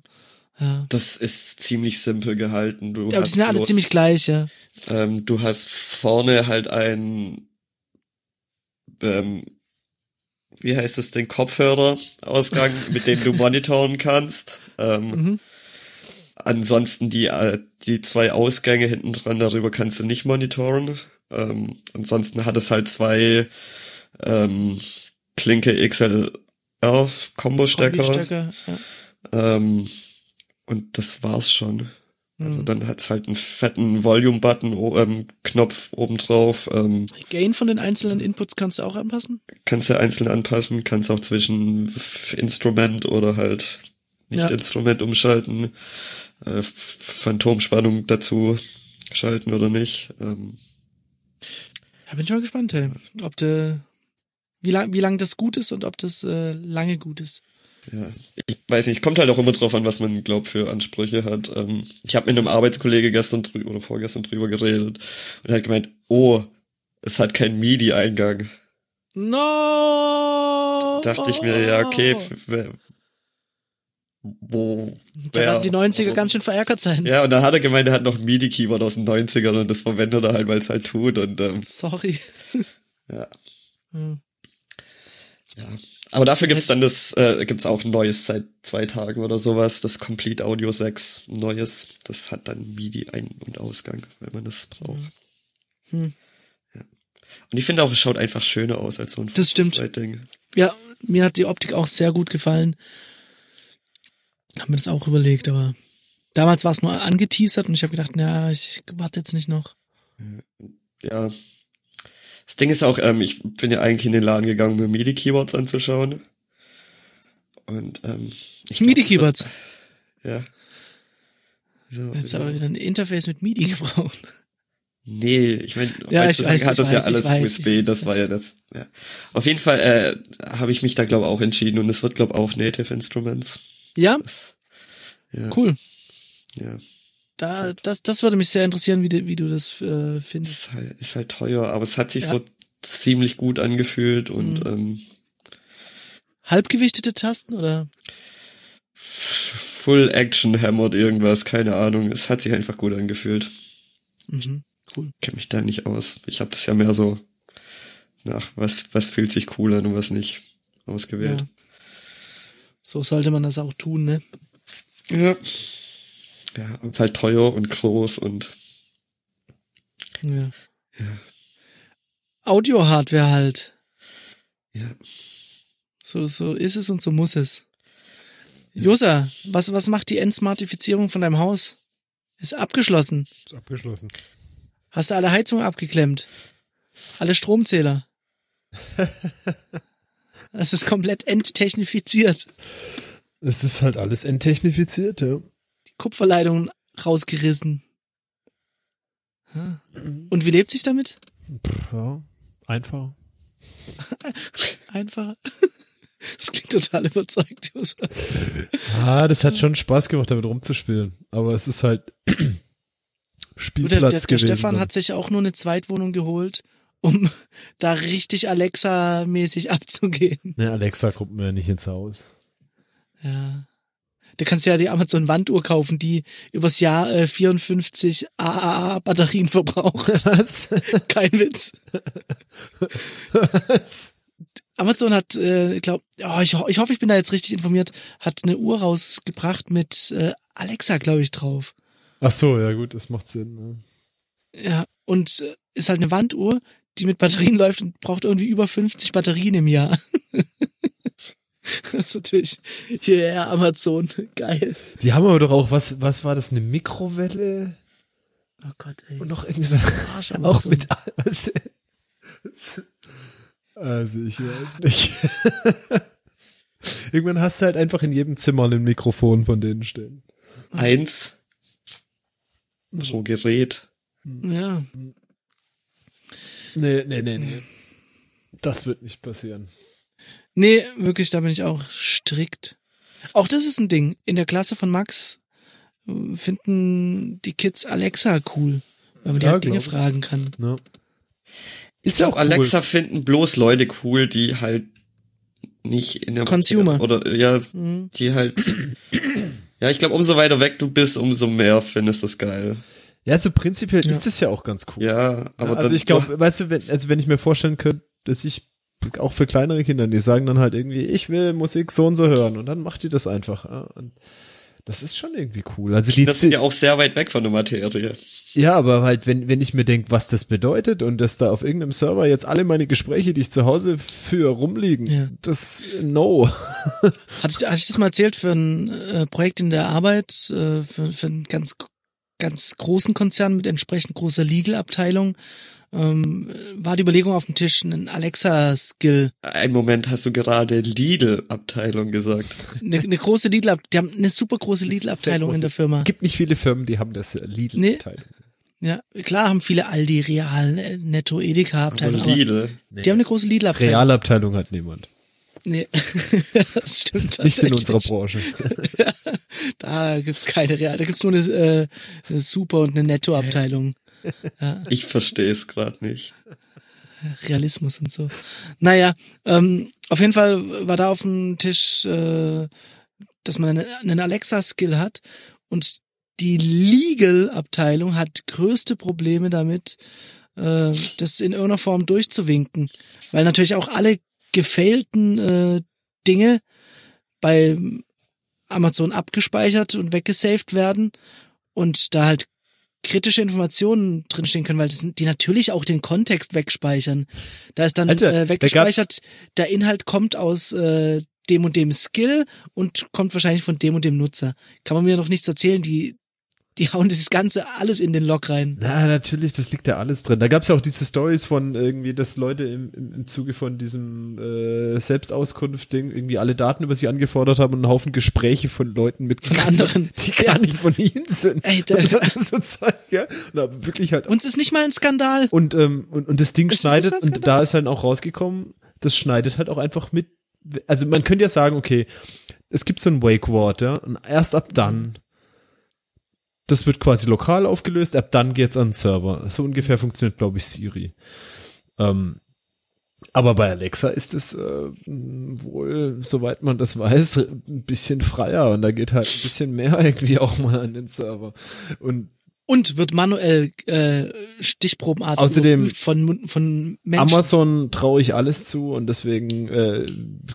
Speaker 1: Ja.
Speaker 2: Das ist ziemlich simpel gehalten. Du
Speaker 1: Aber die
Speaker 2: hast
Speaker 1: sind ja alle
Speaker 2: bloß-
Speaker 1: ziemlich gleich, ja.
Speaker 2: Ähm, du hast vorne halt ein, ähm, wie heißt es, den Kopfhörerausgang, mit dem du monitoren kannst. Ähm,
Speaker 1: Mhm.
Speaker 2: Ansonsten die, äh, die zwei Ausgänge hinten dran, darüber kannst du nicht monitoren. Ähm, ansonsten hat es halt zwei ähm, Klinke XLR Combo-Stecker.
Speaker 1: Kombi-Stecker, ja.
Speaker 2: Ähm, und das war's schon. Also
Speaker 1: Mhm.
Speaker 2: dann hat's halt einen fetten Volume-Button, o- ähm, Knopf obendrauf. Ähm,
Speaker 1: Gain von den einzelnen Inputs kannst du auch anpassen?
Speaker 2: kannst du einzeln anpassen, kannst auch zwischen F- Instrument oder halt nicht
Speaker 1: Ja.
Speaker 2: Instrument umschalten, äh, F- Phantomspannung dazu schalten oder nicht. Ähm,
Speaker 1: Ja, bin ich mal gespannt, hey. ob de, wie lang, wie lang das gut ist und ob das äh, lange gut ist.
Speaker 2: ja, ich weiß nicht, kommt halt auch immer drauf an, was man glaub für Ansprüche hat. Ähm, ich habe mit einem Arbeitskollege gestern drü oder vorgestern drüber geredet und er hat gemeint, oh, es hat keinen MIDI-Eingang.
Speaker 1: No!
Speaker 2: Dachte ich
Speaker 1: oh,
Speaker 2: mir, ja, okay, f- wer, wo,
Speaker 1: Da
Speaker 2: wer-
Speaker 1: werden die 90er ganz schön verärgert sein.
Speaker 2: Ja, und dann hat er gemeint, er hat noch ein MIDI-Keyboard aus den 90ern und das verwendet er halt, weil es halt tut. Und, ähm,
Speaker 1: Sorry.
Speaker 2: ja.
Speaker 1: Hm.
Speaker 2: Aber dafür gibt's dann das, äh, gibt's auch ein neues seit zwei Tagen oder sowas, das Complete Audio 6, ein neues. Das hat dann MIDI Ein- und Ausgang, wenn man das braucht.
Speaker 1: Hm.
Speaker 2: Ja. Und ich finde auch, es schaut einfach schöner aus als so ein
Speaker 1: Das stimmt.
Speaker 2: Ding.
Speaker 1: Ja, mir hat die Optik auch sehr gut gefallen. Hab mir das auch überlegt, aber damals war es nur angeteasert und ich habe gedacht, na, ich warte jetzt nicht noch.
Speaker 2: Ja. Das Ding ist auch, ähm, ich bin ja eigentlich in den Laden gegangen, mir MIDI-Keyboards anzuschauen. Und ähm, ich glaub,
Speaker 1: MIDI-Keyboards.
Speaker 2: das- Ja. So,
Speaker 1: Jetzt aber wieder ein Interface mit MIDI gebraucht.
Speaker 2: Nee, ich meine,
Speaker 1: Ja, ich
Speaker 2: heutzutage
Speaker 1: weiß,
Speaker 2: hat
Speaker 1: ich
Speaker 2: das
Speaker 1: weiß,
Speaker 2: ja
Speaker 1: ich
Speaker 2: alles
Speaker 1: weiß,
Speaker 2: USB,
Speaker 1: ich weiß,
Speaker 2: das
Speaker 1: ich
Speaker 2: war ja das. Ja. Auf jeden Fall äh, habe ich mich da glaube auch entschieden und es wird glaube auch Native Instruments.
Speaker 1: Ja,
Speaker 2: Das, ja,
Speaker 1: cool.
Speaker 2: ja.
Speaker 1: Da, das, das würde mich sehr interessieren, wie, du- wie du das äh, findest.
Speaker 2: Ist halt, ist halt teuer, aber es hat sich
Speaker 1: Ja.
Speaker 2: so ziemlich gut angefühlt und
Speaker 1: Mhm.
Speaker 2: ähm,
Speaker 1: Halbgewichtete Tasten oder?
Speaker 2: Full Action Hammered irgendwas, keine Ahnung. Es hat sich einfach gut angefühlt.
Speaker 1: Mhm.
Speaker 2: Kenne mich da nicht aus. Ich habe das ja mehr so nach was was fühlt sich cool an und was nicht
Speaker 1: Ja.
Speaker 2: ausgewählt.
Speaker 1: So sollte man das auch tun, ne?
Speaker 2: Ja. Ja, und halt teuer und groß und
Speaker 1: Ja.
Speaker 2: Ja.
Speaker 1: Audio-Hardware halt.
Speaker 2: ja.
Speaker 1: So, so ist es und so muss es. Josa, was, was macht die Entsmartifizierung von deinem Haus? Ist abgeschlossen.
Speaker 4: Ist abgeschlossen.
Speaker 1: Hast du alle Heizungen abgeklemmt? Alle Stromzähler? Es ist komplett enttechnifiziert.
Speaker 4: Es ist halt alles enttechnifiziert, ja.
Speaker 1: Die Kupferleitungen rausgerissen. Ja. Und wie lebt sich damit?
Speaker 4: Pff, ja. Einfach.
Speaker 1: Einfach. Das klingt total überzeugt, Josa.
Speaker 4: Ah, das hat schon Spaß gemacht, damit rumzuspielen. Aber es ist halt
Speaker 1: Du,
Speaker 4: Spielplatz
Speaker 1: der, der, der
Speaker 4: gewesen.
Speaker 1: Stefan
Speaker 4: dann.
Speaker 1: hat sich auch nur eine Zweitwohnung geholt, um da richtig Alexa-mäßig abzugehen.
Speaker 4: ne, Alexa kommt mir nicht ins Haus.
Speaker 1: Ja. Da kannst du ja die Amazon-Wanduhr kaufen, die übers Jahr äh, 54 AAA-Batterien verbraucht.
Speaker 4: Was?
Speaker 1: Kein Witz.
Speaker 4: Was?
Speaker 1: Amazon hat, äh, glaub, oh, ich, ho- ich hoffe, ich bin da jetzt richtig informiert, hat eine Uhr rausgebracht mit äh, Alexa, glaube ich, drauf.
Speaker 4: Ach so, ja gut, das macht Sinn. Ne?
Speaker 1: Ja, und äh, ist halt eine Wanduhr, die mit Batterien läuft und braucht irgendwie über 50 Batterien im Jahr. das ist natürlich, yeah, Amazon, geil.
Speaker 4: Die haben aber doch auch, was, was war das, eine Mikrowelle?
Speaker 1: Oh Gott, ey.
Speaker 4: Und noch irgendwie so,
Speaker 1: Arsch,
Speaker 4: auch
Speaker 1: Amazon.
Speaker 4: mit, was, also ich weiß nicht. Irgendwann hast du halt einfach in jedem Zimmer ein Mikrofon von denen stehen.
Speaker 2: Eins pro Gerät.
Speaker 1: Ja,
Speaker 4: Nee, nee, nee, nee. Das wird nicht passieren.
Speaker 1: nee, wirklich, da bin ich auch strikt. Auch das ist ein Ding. In der Klasse von Max äh, finden die Kids Alexa cool, weil man die
Speaker 4: Ja,
Speaker 1: halt Dinge
Speaker 4: glaub ich.
Speaker 1: fragen kann.
Speaker 4: Ne?
Speaker 2: Ist ja auch Alexa finden bloß Leute cool, die halt nicht in der
Speaker 1: Consumer.
Speaker 2: oder äh, ja,
Speaker 1: Mhm.
Speaker 2: die halt Ja, ich glaube, umso weiter weg du bist, umso mehr findest du es geil.
Speaker 4: Ja, so prinzipiell
Speaker 1: Ja.
Speaker 4: ist das ja auch ganz cool.
Speaker 2: Ja, aber
Speaker 4: also
Speaker 2: dann
Speaker 4: ich glaube, weißt du, wenn, also wenn ich mir vorstellen könnte, dass ich auch für kleinere Kinder, die sagen dann halt irgendwie, ich will Musik so und so hören und dann macht die das einfach. ja. Und
Speaker 3: Das ist schon irgendwie cool. Also die
Speaker 2: Das sind ja auch sehr weit weg von der Materie.
Speaker 3: Ja, aber halt, wenn, wenn ich mir denke, was das bedeutet und dass da auf irgendeinem Server jetzt alle meine Gespräche, die ich zu Hause für rumliegen,
Speaker 1: Ja.
Speaker 3: das no.
Speaker 1: Hatte ich, hatte ich das mal erzählt für ein äh, Projekt in der Arbeit, äh, für, für einen ganz, ganz großen Konzern mit entsprechend großer Legal-Abteilung, ähm, war die Überlegung auf dem Tisch, einen Alexa-Skill
Speaker 2: Einen Moment hast du gerade Lidl-Abteilung gesagt.
Speaker 1: eine, eine große Lidl, die haben eine super große Lidl-Abteilung in der Firma.
Speaker 3: Gibt nicht viele Firmen, die haben das äh, Lidl
Speaker 1: Nee.
Speaker 3: Abteilung.
Speaker 1: Ja, klar haben viele Aldi, Real, äh, Netto,
Speaker 3: Also
Speaker 2: Aber
Speaker 1: Edeka-Abteilung. Aber
Speaker 2: Lidl.
Speaker 1: die haben eine große Lidl-Abteilung.
Speaker 3: Realabteilung hat niemand.
Speaker 1: Nee, das stimmt
Speaker 3: Nicht in
Speaker 1: tatsächlich.
Speaker 3: unserer Branche.
Speaker 1: Da gibt's keine Real, da gibt's nur eine, äh, eine Super- und eine Netto-Abteilung.
Speaker 2: Ich verstehe es gerade nicht.
Speaker 1: Realismus und so. Naja, ähm, auf jeden Fall war da auf dem Tisch, äh, dass man eine- einen Alexa-Skill hat und die Legal-Abteilung hat größte Probleme damit, äh, das in irgendeiner Form durchzuwinken, weil natürlich auch alle gefailten äh, Dinge bei Amazon abgespeichert und weggesaved werden und da halt kritische Informationen drinstehen können, weil das, sind- die natürlich auch den Kontext wegspeichern. Da ist dann
Speaker 3: Alter, da
Speaker 1: äh,
Speaker 3: gab's-
Speaker 1: weggespeichert, der Inhalt kommt aus äh, dem und dem Skill und kommt wahrscheinlich von dem und dem Nutzer. Kann man mir noch nichts erzählen, die, die hauen dieses Ganze alles in den Log rein.
Speaker 3: Na, natürlich, das liegt ja alles drin. Da gab's ja auch diese Stories von irgendwie, dass Leute im, im, im Zuge von diesem äh, Selbstauskunft-Ding irgendwie alle Daten über sie angefordert haben und einen Haufen Gespräche von Leuten mitgekriegt haben,
Speaker 1: anderen.
Speaker 3: die gar nicht von ihnen sind.
Speaker 1: Ey, da-
Speaker 3: so Zeug, ja. Und da wirklich halt
Speaker 1: Uns ist nicht mal ein Skandal.
Speaker 3: Und, ähm, und, und das Ding
Speaker 1: Ist das
Speaker 3: schneidet,
Speaker 1: nicht ganz
Speaker 3: und
Speaker 1: genau?
Speaker 3: da ist dann auch rausgekommen, das schneidet halt auch einfach mit. Also man könnte ja sagen, okay, es gibt so ein Wake Water und erst ab dann, das wird quasi lokal aufgelöst, ab dann geht's an den Server. So ungefähr funktioniert, glaube ich, Siri. Ähm, aber bei Alexa ist es äh, wohl, soweit man das weiß, ein bisschen freier und da geht halt ein bisschen mehr irgendwie auch mal an den Server. Und
Speaker 1: Und wird manuell äh, stichprobenartig
Speaker 3: Außerdem-
Speaker 1: überprüft von, Mun- von Menschen.
Speaker 3: Amazon traue ich alles zu und deswegen äh,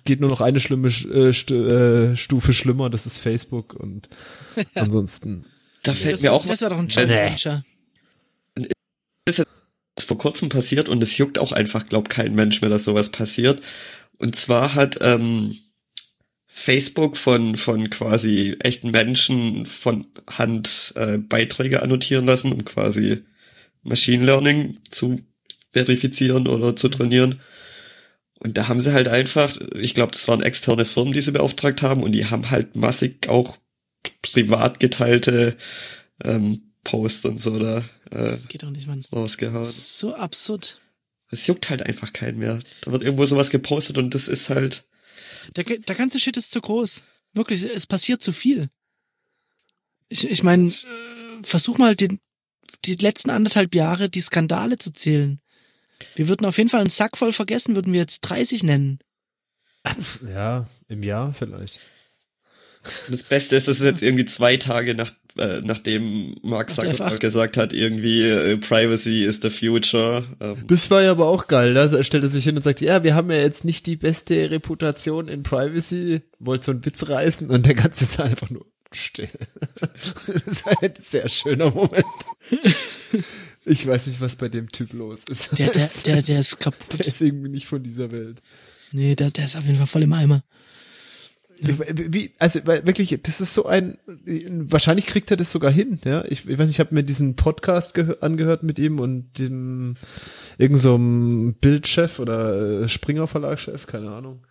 Speaker 3: geht nur noch eine schlimme Sch- äh, Stu äh, Stufe schlimmer, das ist Facebook und ansonsten.
Speaker 2: Da fällt
Speaker 1: das
Speaker 2: mir auch
Speaker 1: das
Speaker 2: was.
Speaker 1: war doch ein
Speaker 2: Nee.
Speaker 1: Challenger.
Speaker 2: ist vor kurzem passiert und es juckt auch einfach, glaubt kein Mensch mehr, dass sowas passiert. Und zwar hat ähm, Facebook von von quasi echten Menschen von Hand äh, Beiträge annotieren lassen, um quasi Machine Learning zu verifizieren oder zu trainieren. Und da haben sie halt einfach, ich glaube, das waren externe Firmen, die sie beauftragt haben, und die haben halt massig auch privat geteilte ähm, Posts und so da äh,
Speaker 1: Das geht doch nicht, Mann.
Speaker 3: Äh.
Speaker 2: rausgehauen.
Speaker 1: Das ist so absurd.
Speaker 2: Es juckt halt einfach keinen mehr. Da wird irgendwo sowas gepostet und das ist halt.
Speaker 1: Der, der ganze Shit ist zu groß. Wirklich, es passiert zu viel. Ich, ich meine, äh, versuch mal den, die letzten anderthalb Jahre die Skandale zu zählen. Wir würden auf jeden Fall einen Sack voll vergessen, würden wir jetzt 30 nennen.
Speaker 3: Ja, im Jahr vielleicht.
Speaker 2: Das Beste ist, es ist jetzt irgendwie zwei Tage nach, äh, nachdem Mark
Speaker 1: Ach,
Speaker 2: Zuckerberg
Speaker 1: F8.
Speaker 2: gesagt hat, irgendwie äh, Privacy is the future. Ähm,
Speaker 3: Das war ja aber auch geil, da stellt er sich hin und sagt, ja, wir haben ja jetzt nicht die beste Reputation in Privacy, wollt so einen Witz reißen und der ganze ist einfach nur still. das ist halt ein sehr schöner Moment. Ich weiß nicht, was bei dem Typ los ist.
Speaker 1: Der, der, der, der ist
Speaker 3: der
Speaker 1: kaputt.
Speaker 3: ist irgendwie nicht von dieser Welt.
Speaker 1: Nee, der, der ist auf jeden Fall voll im Eimer.
Speaker 3: Wie, wie- also weil wirklich, das ist so ein, wahrscheinlich kriegt er das sogar hin, ja. Ich, ich weiß nicht, ich habe mir diesen Podcast gehö- angehört mit ihm und dem irgend so einem Bildchef oder äh, Springer Verlagschef, keine Ahnung.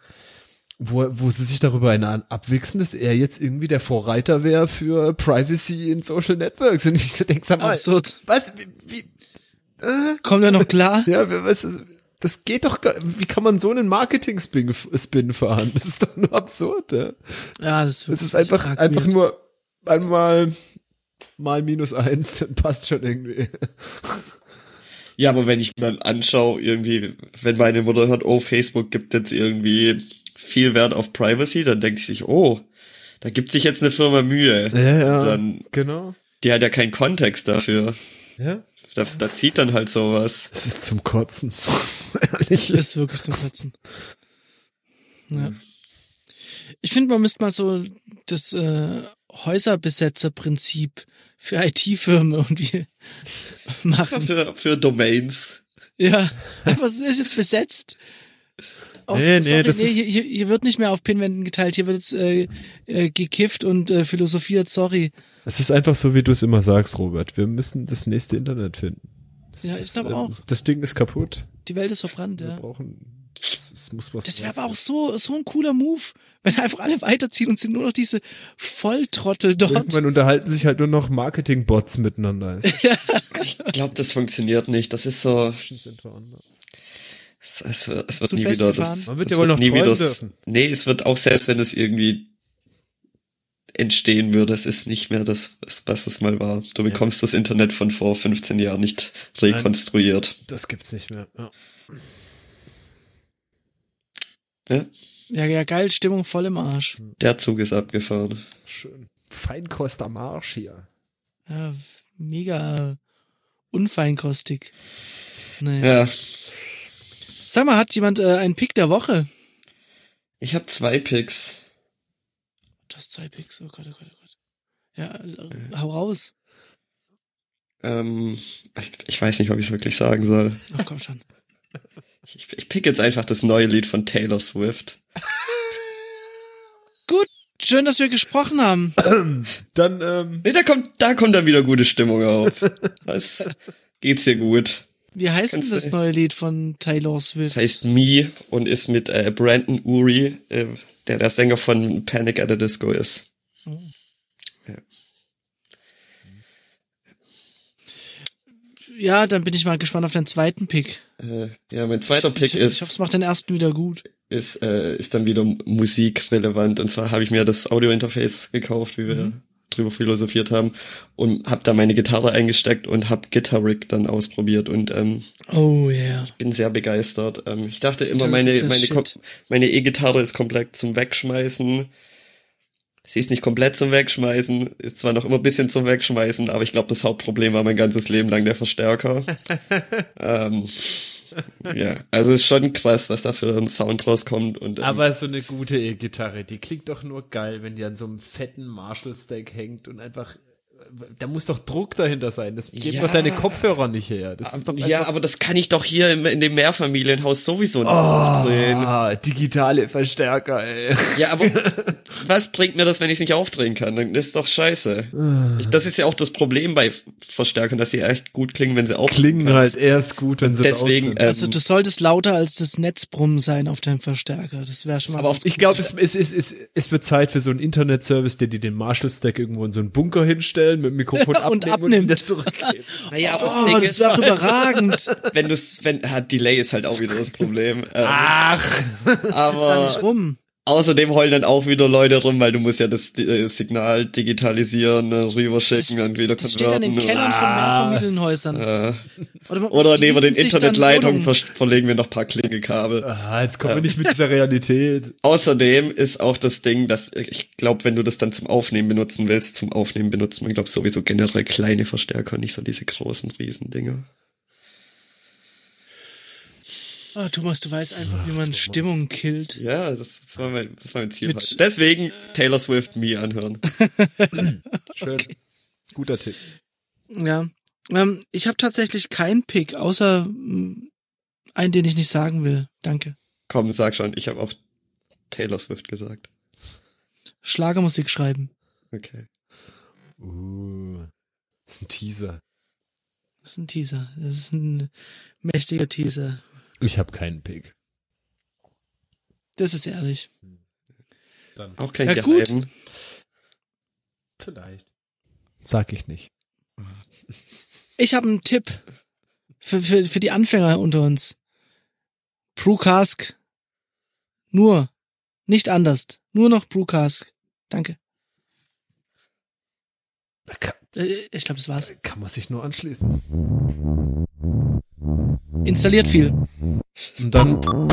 Speaker 3: Wo, wo sie sich darüber einen an- abwichsen, dass er jetzt irgendwie der Vorreiter wäre für Privacy in Social Networks. Und ich so denke, sag mal,
Speaker 1: Absurd.
Speaker 3: was, wie, wie,
Speaker 1: Kommt er noch klar?
Speaker 3: ja, wer weiß, das- das geht doch, gar- wie kann man so einen Marketing-Spin Spin fahren? Das ist doch nur absurd, ja.
Speaker 1: Ja, das
Speaker 3: Es ist einfach,
Speaker 1: arg
Speaker 3: einfach
Speaker 1: weird.
Speaker 3: nur einmal mal minus eins, dann passt schon irgendwie.
Speaker 2: ja, aber wenn ich mir dann anschaue, irgendwie, wenn meine Mutter hört, oh, Facebook gibt jetzt irgendwie viel Wert auf Privacy, dann denkt sie sich, oh, da gibt sich jetzt eine Firma Mühe.
Speaker 3: ja.
Speaker 2: Dann,
Speaker 3: Genau.
Speaker 2: die hat ja keinen Kontext dafür.
Speaker 3: Ja.
Speaker 2: Da, da zieht dann halt sowas.
Speaker 3: Es ist zum Kotzen. Ehrlich.
Speaker 1: Ist wirklich zum Kotzen. Ja. Ich finde, man müsste mal so das äh, Häuserbesetzer-Prinzip für IT-Firmen irgendwie machen.
Speaker 2: Für, für Domains.
Speaker 1: Ja, was ist jetzt besetzt? Aus,
Speaker 4: Nee, nee,
Speaker 1: sorry,
Speaker 4: das
Speaker 1: nee
Speaker 4: ist-
Speaker 1: hier, hier, hier wird nicht mehr auf Pinwänden geteilt, hier wird jetzt äh, äh, gekifft und äh, philosophiert, sorry.
Speaker 4: Es ist einfach so, wie du es immer sagst, Robert. Wir müssen das nächste Internet finden. Das
Speaker 1: Ja, ich glaub
Speaker 4: ähm,
Speaker 1: auch.
Speaker 4: Das Ding ist kaputt.
Speaker 1: Die Welt ist verbrannt,
Speaker 4: Wir
Speaker 1: ja.
Speaker 4: brauchen. Es, es muss was.
Speaker 1: Das wäre aber auch
Speaker 4: Neues
Speaker 1: so, so ein cooler Move, wenn einfach alle weiterziehen und sind nur noch diese Volltrottel
Speaker 4: geben.
Speaker 1: dort.
Speaker 4: Irgendwann unterhalten sich halt nur noch Marketing-Bots miteinander. Das
Speaker 2: Ich glaube, das funktioniert nicht. Das ist so,
Speaker 4: ist einfach anders.
Speaker 2: es, es, wird- es wird
Speaker 1: zu
Speaker 2: nie wieder
Speaker 1: festgefahren.
Speaker 2: das.
Speaker 4: Man wird
Speaker 2: es
Speaker 4: ja wohl noch
Speaker 2: nie
Speaker 4: träumen
Speaker 2: wieder das-
Speaker 4: dürfen.
Speaker 2: Nee, es wird auch selbst, wenn es irgendwie entstehen würde, es ist nicht mehr das, was es mal war. Du bekommst das Internet von vor 15 Jahren nicht rekonstruiert.
Speaker 4: Das gibt's nicht mehr. Ja.
Speaker 2: Ja?
Speaker 1: Ja, ja, geil, Stimmung voll im Arsch.
Speaker 2: Der Zug ist abgefahren.
Speaker 4: Schön. Feinkost am Arsch hier.
Speaker 1: Ja, mega unfeinkostig. Naja.
Speaker 2: Ja,
Speaker 1: Sag mal, hat jemand äh, einen Pick der Woche?
Speaker 2: ich habe zwei Picks.
Speaker 1: Du hast zwei Picks, oh Gott, oh Gott, oh Gott. Ja, äh, hau raus.
Speaker 2: Ähm, ich, ich weiß nicht, ob ich es wirklich sagen soll.
Speaker 1: Oh, komm schon.
Speaker 2: Ich, ich pick jetzt einfach das neue Lied von Taylor Swift.
Speaker 1: Schön, dass wir gesprochen haben.
Speaker 4: Dann, ähm,
Speaker 2: Nee, da kommt, da kommt dann wieder gute Stimmung auf. Was? Geht's dir gut?
Speaker 1: Wie heißt denn
Speaker 2: Kannst
Speaker 1: das
Speaker 2: du-
Speaker 1: neue Lied von Taylor
Speaker 2: Das
Speaker 1: Swift?
Speaker 2: heißt Me und ist mit äh, Brandon Uri, äh, der der Sänger von Panic at the Disco ist.
Speaker 1: Ja, dann bin ich mal gespannt auf deinen zweiten Pick.
Speaker 2: Äh, ja, mein zweiter
Speaker 1: ich,
Speaker 2: Pick
Speaker 1: Ich hoffe, es
Speaker 2: ist,
Speaker 1: macht den ersten wieder gut.
Speaker 2: ist, äh, ist dann wieder musikrelevant. Und zwar habe ich mir das Audiointerface gekauft, wie wir
Speaker 1: Mhm.
Speaker 2: drüber philosophiert haben, und habe da meine Gitarre eingesteckt und habe Guitar Rig dann ausprobiert. Und ähm,
Speaker 1: Oh yeah.
Speaker 2: bin sehr begeistert. Ähm, ich dachte immer,
Speaker 1: Gitarre
Speaker 2: meine
Speaker 1: ist das
Speaker 2: meine
Speaker 1: Shit.
Speaker 2: Kom- meine E-Gitarre ist komplett zum Wegschmeißen. Sie ist nicht komplett zum Wegschmeißen, ist zwar noch immer ein bisschen zum Wegschmeißen, aber ich glaube, das Hauptproblem war mein ganzes Leben lang der Verstärker. ähm, ja, also ist schon krass, was da für ein Sound rauskommt. Und, ähm,
Speaker 5: Aber so eine gute E-Gitarre, die klingt doch nur geil, wenn die an so einem fetten Marshall-Stack hängt und einfach. Da muss doch Druck dahinter sein. Das geben
Speaker 2: Ja.
Speaker 5: doch deine Kopfhörer nicht her. Das ist doch
Speaker 2: ja, aber das kann ich doch hier im, in dem Mehrfamilienhaus sowieso nicht aufdrehen.
Speaker 5: Ah, digitale Verstärker, ey.
Speaker 2: Ja, aber was bringt mir das, wenn ich es nicht aufdrehen kann? Dann ist doch scheiße. Ich, das ist ja auch das Problem bei Verstärkern, dass sie echt gut klingen, wenn sie aufdrehen
Speaker 4: klingen
Speaker 2: kannst.
Speaker 4: halt erst gut, wenn sie laut
Speaker 2: Deswegen,
Speaker 4: sind.
Speaker 2: ähm,
Speaker 1: Also du solltest lauter als das Netzbrummen sein auf deinem Verstärker. Das wäre schon mal.
Speaker 2: aber auf,
Speaker 4: Ich glaube, es, es, es, es, es wird Zeit für so einen Internet-Service, der die den Marshall-Stack irgendwo in so einen Bunker hinstellen, mit dem Mikrofon
Speaker 1: Ja,
Speaker 4: abnehmen
Speaker 1: und
Speaker 4: und,
Speaker 1: abnimmt.
Speaker 4: wieder zurückgeben.
Speaker 2: naja, aber
Speaker 1: oh, das ist doch überragend.
Speaker 2: wenn du's, wenn, ah, Delay ist halt auch wieder das Problem. Ähm,
Speaker 5: Ach,
Speaker 1: Sag nicht
Speaker 2: aber
Speaker 1: rum.
Speaker 2: außerdem heulen dann auch wieder Leute rum, weil du musst ja das äh, Signal digitalisieren, äh, rüberschicken und wieder
Speaker 1: Das steht an den
Speaker 2: konverten.
Speaker 1: Kellern von Mehrfamilienhäusern.
Speaker 2: Äh,
Speaker 1: Oder, man-
Speaker 2: Ah. oder
Speaker 1: die
Speaker 2: neben den
Speaker 1: mieten sich dann um.
Speaker 2: Internetleitungen
Speaker 1: Wohnungen.
Speaker 2: ver- verlegen wir noch ein paar Klingekabel.
Speaker 4: Ah, jetzt kommen wir nicht mit dieser Realität.
Speaker 2: Außerdem ist auch das Ding, dass äh, ich glaube, wenn du das dann zum Aufnehmen benutzen willst, zum Aufnehmen benutzt man, glaube sowieso generell kleine Verstärker, nicht so diese großen Riesendinger.
Speaker 1: Ah, Thomas, du weißt einfach, wie man Stimmung killt.
Speaker 2: Ja, das, das, war, mein, das war mein Ziel.
Speaker 1: Mit-
Speaker 2: heute. Deswegen Taylor Swift Me anhören.
Speaker 4: Schön. Guter Tipp.
Speaker 1: Ja. Ähm, ich habe tatsächlich keinen Pick, außer mh, einen, den ich nicht sagen will. Danke.
Speaker 2: Komm, sag schon, ich habe auch Taylor Swift gesagt.
Speaker 1: Schlagermusik schreiben.
Speaker 2: Okay.
Speaker 5: Uh, das ist ein Teaser.
Speaker 1: Das ist ein Teaser. Das ist ein mächtiger Teaser.
Speaker 5: Ich habe keinen Pick.
Speaker 1: Das ist ehrlich.
Speaker 2: Auch kein
Speaker 1: Ja,
Speaker 2: Geheim.
Speaker 5: Vielleicht. Sag ich nicht.
Speaker 1: Ich habe einen Tipp für, für, für die Anfänger unter uns. Brewcask. Nur. Nicht anders. Nur noch Brewcask. Danke.
Speaker 5: Kann,
Speaker 1: Äh, Ich glaube, das war's.
Speaker 5: kann man sich nur anschließen.
Speaker 1: Installiert viel.
Speaker 5: Oh.
Speaker 4: Und dann